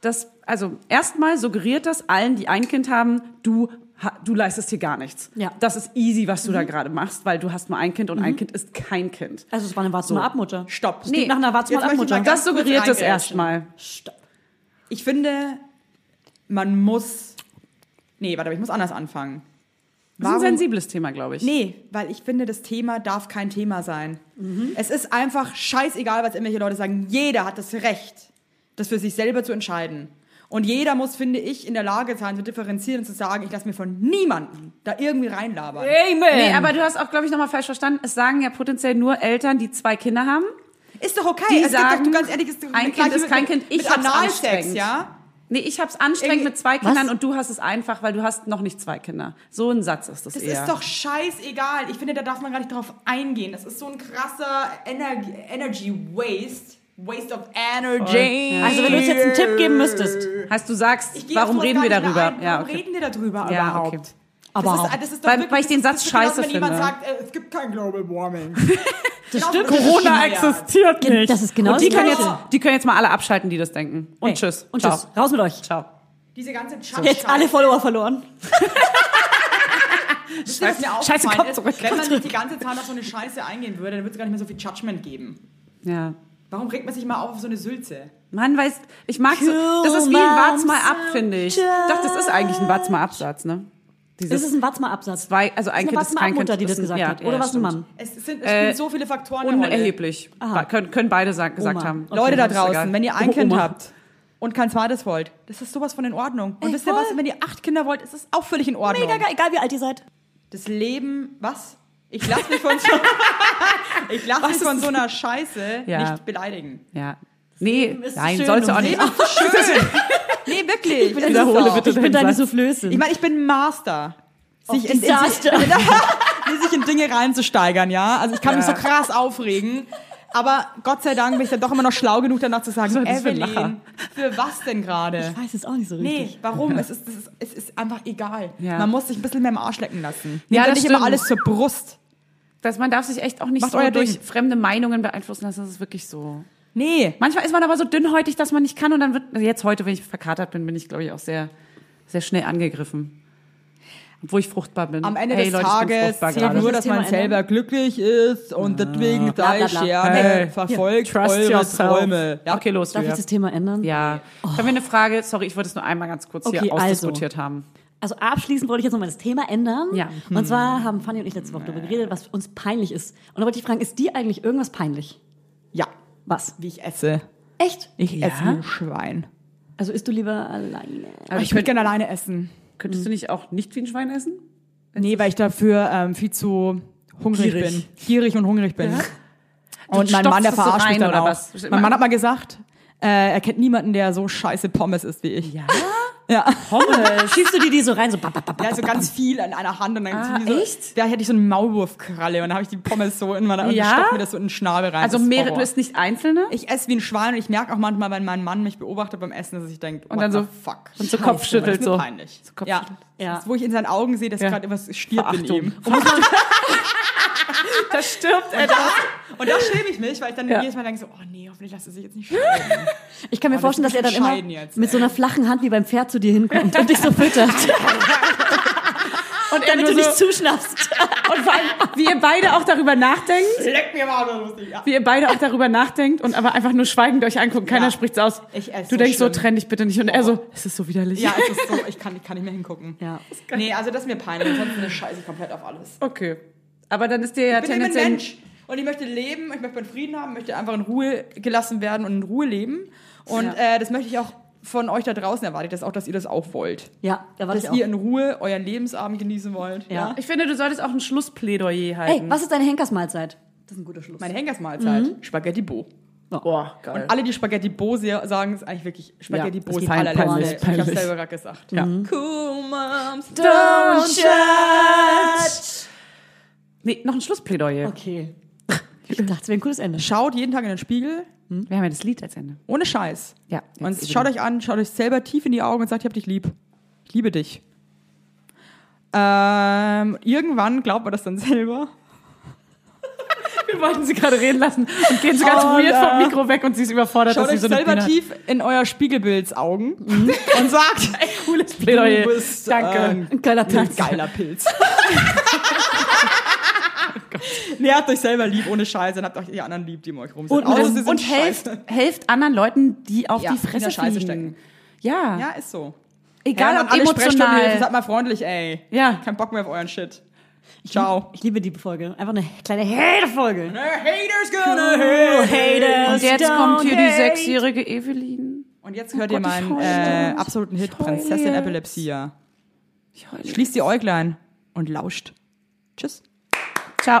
das, also erstmal suggeriert das allen, die ein Kind haben, du, ha- du leistest hier gar nichts. Ja. Das ist easy, was du Mhm. da gerade machst, weil du hast nur ein Kind und ein Kind ist kein Kind. Also es war eine Warte mal ab, Mutter. Stopp. Nee. Nach einer Warte Jetzt mal ab, möchte ich Mutter. mal Das ganz kurz suggeriert das reingrätschen. erstmal. Stopp. Ich finde, man muss. Nee, warte, aber ich muss anders anfangen. Das ist ein sensibles Thema, glaube ich. Nee, weil ich finde, das Thema darf kein Thema sein. Mhm. Es ist einfach scheißegal, was irgendwelche Leute sagen. Jeder hat das Recht, das für sich selber zu entscheiden. Und jeder muss, finde ich, in der Lage sein, zu differenzieren und zu sagen, ich lasse mir von niemandem da irgendwie reinlabern. Nee, aber du hast auch, glaube ich, nochmal falsch verstanden. Es sagen ja potenziell nur Eltern, die zwei Kinder haben. Ist doch okay. Die es gibt sagen, doch, du ganz ehrlich, ist doch ein gleich Kind ist mit- kein Kind. Ich mit hab's Analsex, anstrengend. ja? Nee, ich hab's anstrengend Irgendwie- mit zwei Kindern und du hast es einfach, weil du hast noch nicht zwei Kinder. So ein Satz ist das, Das eher. ist doch scheißegal. Ich finde, da darf man gar nicht drauf eingehen. Das ist so ein krasser Energy, Energy Waste. Waste of Energy. Also wenn du uns jetzt einen Tipp geben müsstest. Heißt, du sagst, Ich geh warum auf sowas reden gar wir nicht darüber? mehr Ein. Ja, Warum okay. reden wir darüber Ja, überhaupt? okay. Aber das auch. ist, das ist doch Weil- wirklich, weil ich den das ist Satz genauso, scheiße wenn jemand finde. Genau, sagt, äh, es gibt kein Global Warming. Das stimmt. Corona Ja. existiert Ge- nicht. das ist genau und die das können Gleiche. jetzt, Die können jetzt mal alle abschalten, die das denken. Und Hey. tschüss. Und Ciao. tschüss. Raus mit euch. Ciao. Diese ganze Chat Jetzt alle Follower verloren. Scheiße, komm zurück, Wenn man nicht die ganze Zeit auf so eine Scheiße eingehen würde, dann würde es gar nicht mehr so viel Judgment geben. Ja. Warum regt man sich mal auf auf so eine Sülze? Mann, weißt, ich mag so, das ist wie ein Warz mal ab, finde ich. Doch, das ist eigentlich ein Warz mal Absatz, ne? Ist Dieses es ein Watzma-Absatz? zwei, also ein Eine Kind ist kein Kind. Watzma-Mutter, die das ist ein- gesagt ja, hat. ja, Oder was ein stimmt. Mann? Es, es sind, es Äh, spielen so viele Faktoren eine Rolle. Unerheblich. Ba- Können, können beide sagen, gesagt Oma. haben. Okay, Leute da ist egal. draußen, wenn ihr ein Oh, Kind Oma. habt und kein zweites wollt, das ist sowas von in Ordnung. Und Äh, Ey, wisst ihr voll. was, wenn ihr acht Kinder wollt, ist das auch völlig in Ordnung. Mega geil, egal wie alt ihr seid. Das Leben, was? Ich lasse mich von so, ich lass mich von so einer Scheiße Ja. nicht beleidigen. Ja. Nee, ist nein, schön sollst du und auch nicht. Schön. nee, wirklich. Ich, Wiederhole bitte ich bin deinen deine Satz. Soufflöse. meine, ich bin Master. Sich in, in, sich, Desaster. nee, sich in Dinge reinzusteigern, ja. Also ich kann mich so krass aufregen. Aber Gott sei Dank bin ich dann doch immer noch schlau genug, danach zu sagen, Was war das für ein Lacher? Evelyn, für was denn gerade? Ich weiß es auch nicht so richtig. Nee, warum? Es, ist, es, ist, es ist einfach egal. Ja. Man muss sich ein bisschen mehr im Arsch lecken lassen. Ja, Nehmt das nicht immer stimmt. alles zur Brust. Dass man darf sich echt auch nicht Macht so euer durch Ding. fremde Meinungen beeinflussen lassen. Das ist wirklich so. Nee. Manchmal ist man aber so dünnhäutig, dass man nicht kann und dann wird, also jetzt heute, wenn ich verkatert bin, bin ich, glaube ich, auch sehr, sehr schnell angegriffen. Obwohl ich fruchtbar bin. Am Ende Hey, des Leute, ich bin Tages fruchtbar zählt gerade. Ah. nur, Dieses dass man Thema ändern. selber glücklich ist und deswegen Bla, da bla, ich bla. ja ne? Hey. verfolgt Trust eure yourself. Träume. Ja. Okay, los, Darf Julia. ich das Thema ändern? Ja. Können wir eine Frage? Sorry, ich wollte es nur einmal ganz kurz Okay, hier also. ausdiskutiert haben. Also abschließend wollte ich jetzt nochmal das Thema ändern. Ja. Und zwar haben Fanny und ich letzte Woche darüber geredet, was uns peinlich ist. Und da wollte ich fragen, ist dir eigentlich irgendwas peinlich? ja, Was? wie ich esse. Echt? Ich Ja? esse wie ein Schwein. Also isst du lieber alleine? Also ich würde gerne alleine essen. Könntest du nicht auch nicht wie ein Schwein essen? Nee, weil ich dafür ähm, viel zu hungrig Gierig. bin. Gierig und hungrig bin. Und mein stopfst Mann, der es so verarscht mich rein, dann oder auch. was? Mein Mann hat mal gesagt, äh, er kennt niemanden, der so scheiße Pommes ist wie ich. Ja? Ja. Schiebst du dir die so rein, so bap, bap, bap, Ja, bap, so bap, ganz viel an einer Hand und dann Ah, sind die so, echt? Da hätte ich so eine Maulwurfkralle und dann habe ich die Pommes so in meiner und Ja? stopfe mir das so in den Schnabel rein. Also Das ist mehrere, Horror. du isst nicht einzelne? Ich esse wie ein Schwein und ich merke auch manchmal, wenn mein Mann mich beobachtet beim Essen, dass ich denke, Und dann so- fuck. und so Kopfschüttelt das ist mir so. peinlich. So Kopf- ja. Ja. Das ist, wo ich in seinen Augen sehe, dass Ja. gerade etwas stirbt in Verachtung. ihm. Das stirbt. Und da, und da schäme ich mich, weil ich dann Ja. jedes Mal denke so, oh nee, hoffentlich lasse sich jetzt Hm? nicht schämen. Ich kann mir Aber vorstellen, dass das er dann immer entscheiden jetzt, mit so einer flachen Hand wie beim Pferd zu dir hinkommt und dich so füttert, Und, er damit du nur so, nicht zuschnappst. und vor allem, wie ihr beide auch darüber nachdenkt, Leck mir mal so lustig. Ja. wie ihr beide auch darüber nachdenkt und aber einfach nur schweigend euch angucken. Keiner Ja. spricht's aus. Ich esse du so denkst so, schlimm. Oh. trenn dich bitte nicht. Und er so, es ist so widerlich. ja, es ist so, ich kann, ich kann nicht mehr hingucken. Ja. Nee, also das ist mir peinlich. Ansonsten scheiße ich komplett auf alles. Okay. Aber dann ist dir ja Ich bin eben ein tendenziell... Mensch und ich möchte leben, ich möchte meinen Frieden haben, möchte einfach in Ruhe gelassen werden und in Ruhe leben. Und äh, das möchte ich auch von euch da draußen erwarte ich das auch, dass ihr das auch wollt. Ja, da war Dass ich auch. ihr in Ruhe euren Lebensabend genießen wollt. Ja. Ich finde, du solltest auch ein Schlussplädoyer halten. Ey, was ist deine Henkersmahlzeit? Das ist ein guter Schluss. Meine Henkersmahlzeit, Spaghetti Bo. Boah, geil. Und alle, die Spaghetti Bo se- sagen, ist eigentlich wirklich Spaghetti Ja, Bo das ist geht allerletzte. peinlich, Ich hab's peinlich. selber gerade gesagt. Ja. Cool Moms Don't Nee, noch ein Schlussplädoyer. Okay. Ich dachte, es wäre ein cooles Ende. Schaut jeden Tag in den Spiegel, Wir haben ja das Lied als Ende. ohne Scheiß. Ja. jetzt Und eben. schaut euch an, schaut euch selber tief in die Augen und sagt, ich hab dich lieb. Ich liebe dich. Ähm, irgendwann glaubt man das dann selber. Wir wollten sie gerade reden lassen und gehen so ganz Oh, weird na. vom Mikro weg und sie ist überfordert, Schaut dass sie euch so eine selber Bühne tief in euer Spiegelbildsaugen und sagt, hat. Cooles du Plädoyer. bist Danke. ähm, Ein geiler ein Platz. geiler Pilz. Oh nee, habt euch selber lieb, ohne Scheiße. Dann habt euch die anderen lieb, die um euch rum sind. Und, Außer sie und, sind und helft, scheiße. helft anderen Leuten, die auf Ja, die in der Fresse Scheiße fliegen. stecken. Ja. Ja, ist so. egal ja, ob Mann, alle Sprechstunden helfen, emotional. Seid mal freundlich, ey. Ja. Kein Bock mehr auf euren Shit. Ciao. Ich liebe die Folge. Einfach eine kleine Hate-Folge. Haters gonna hate. Haters. Und jetzt kommt hier die hate. sechsjährige Evelyn. Und jetzt hört ihr Oh Gott, ich meinen heule. äh, absoluten Hit, Ich heule Prinzessin jetzt. Epilepsia. Ich heule. Schließt die Äuglein und lauscht. Tschüss. Ciao.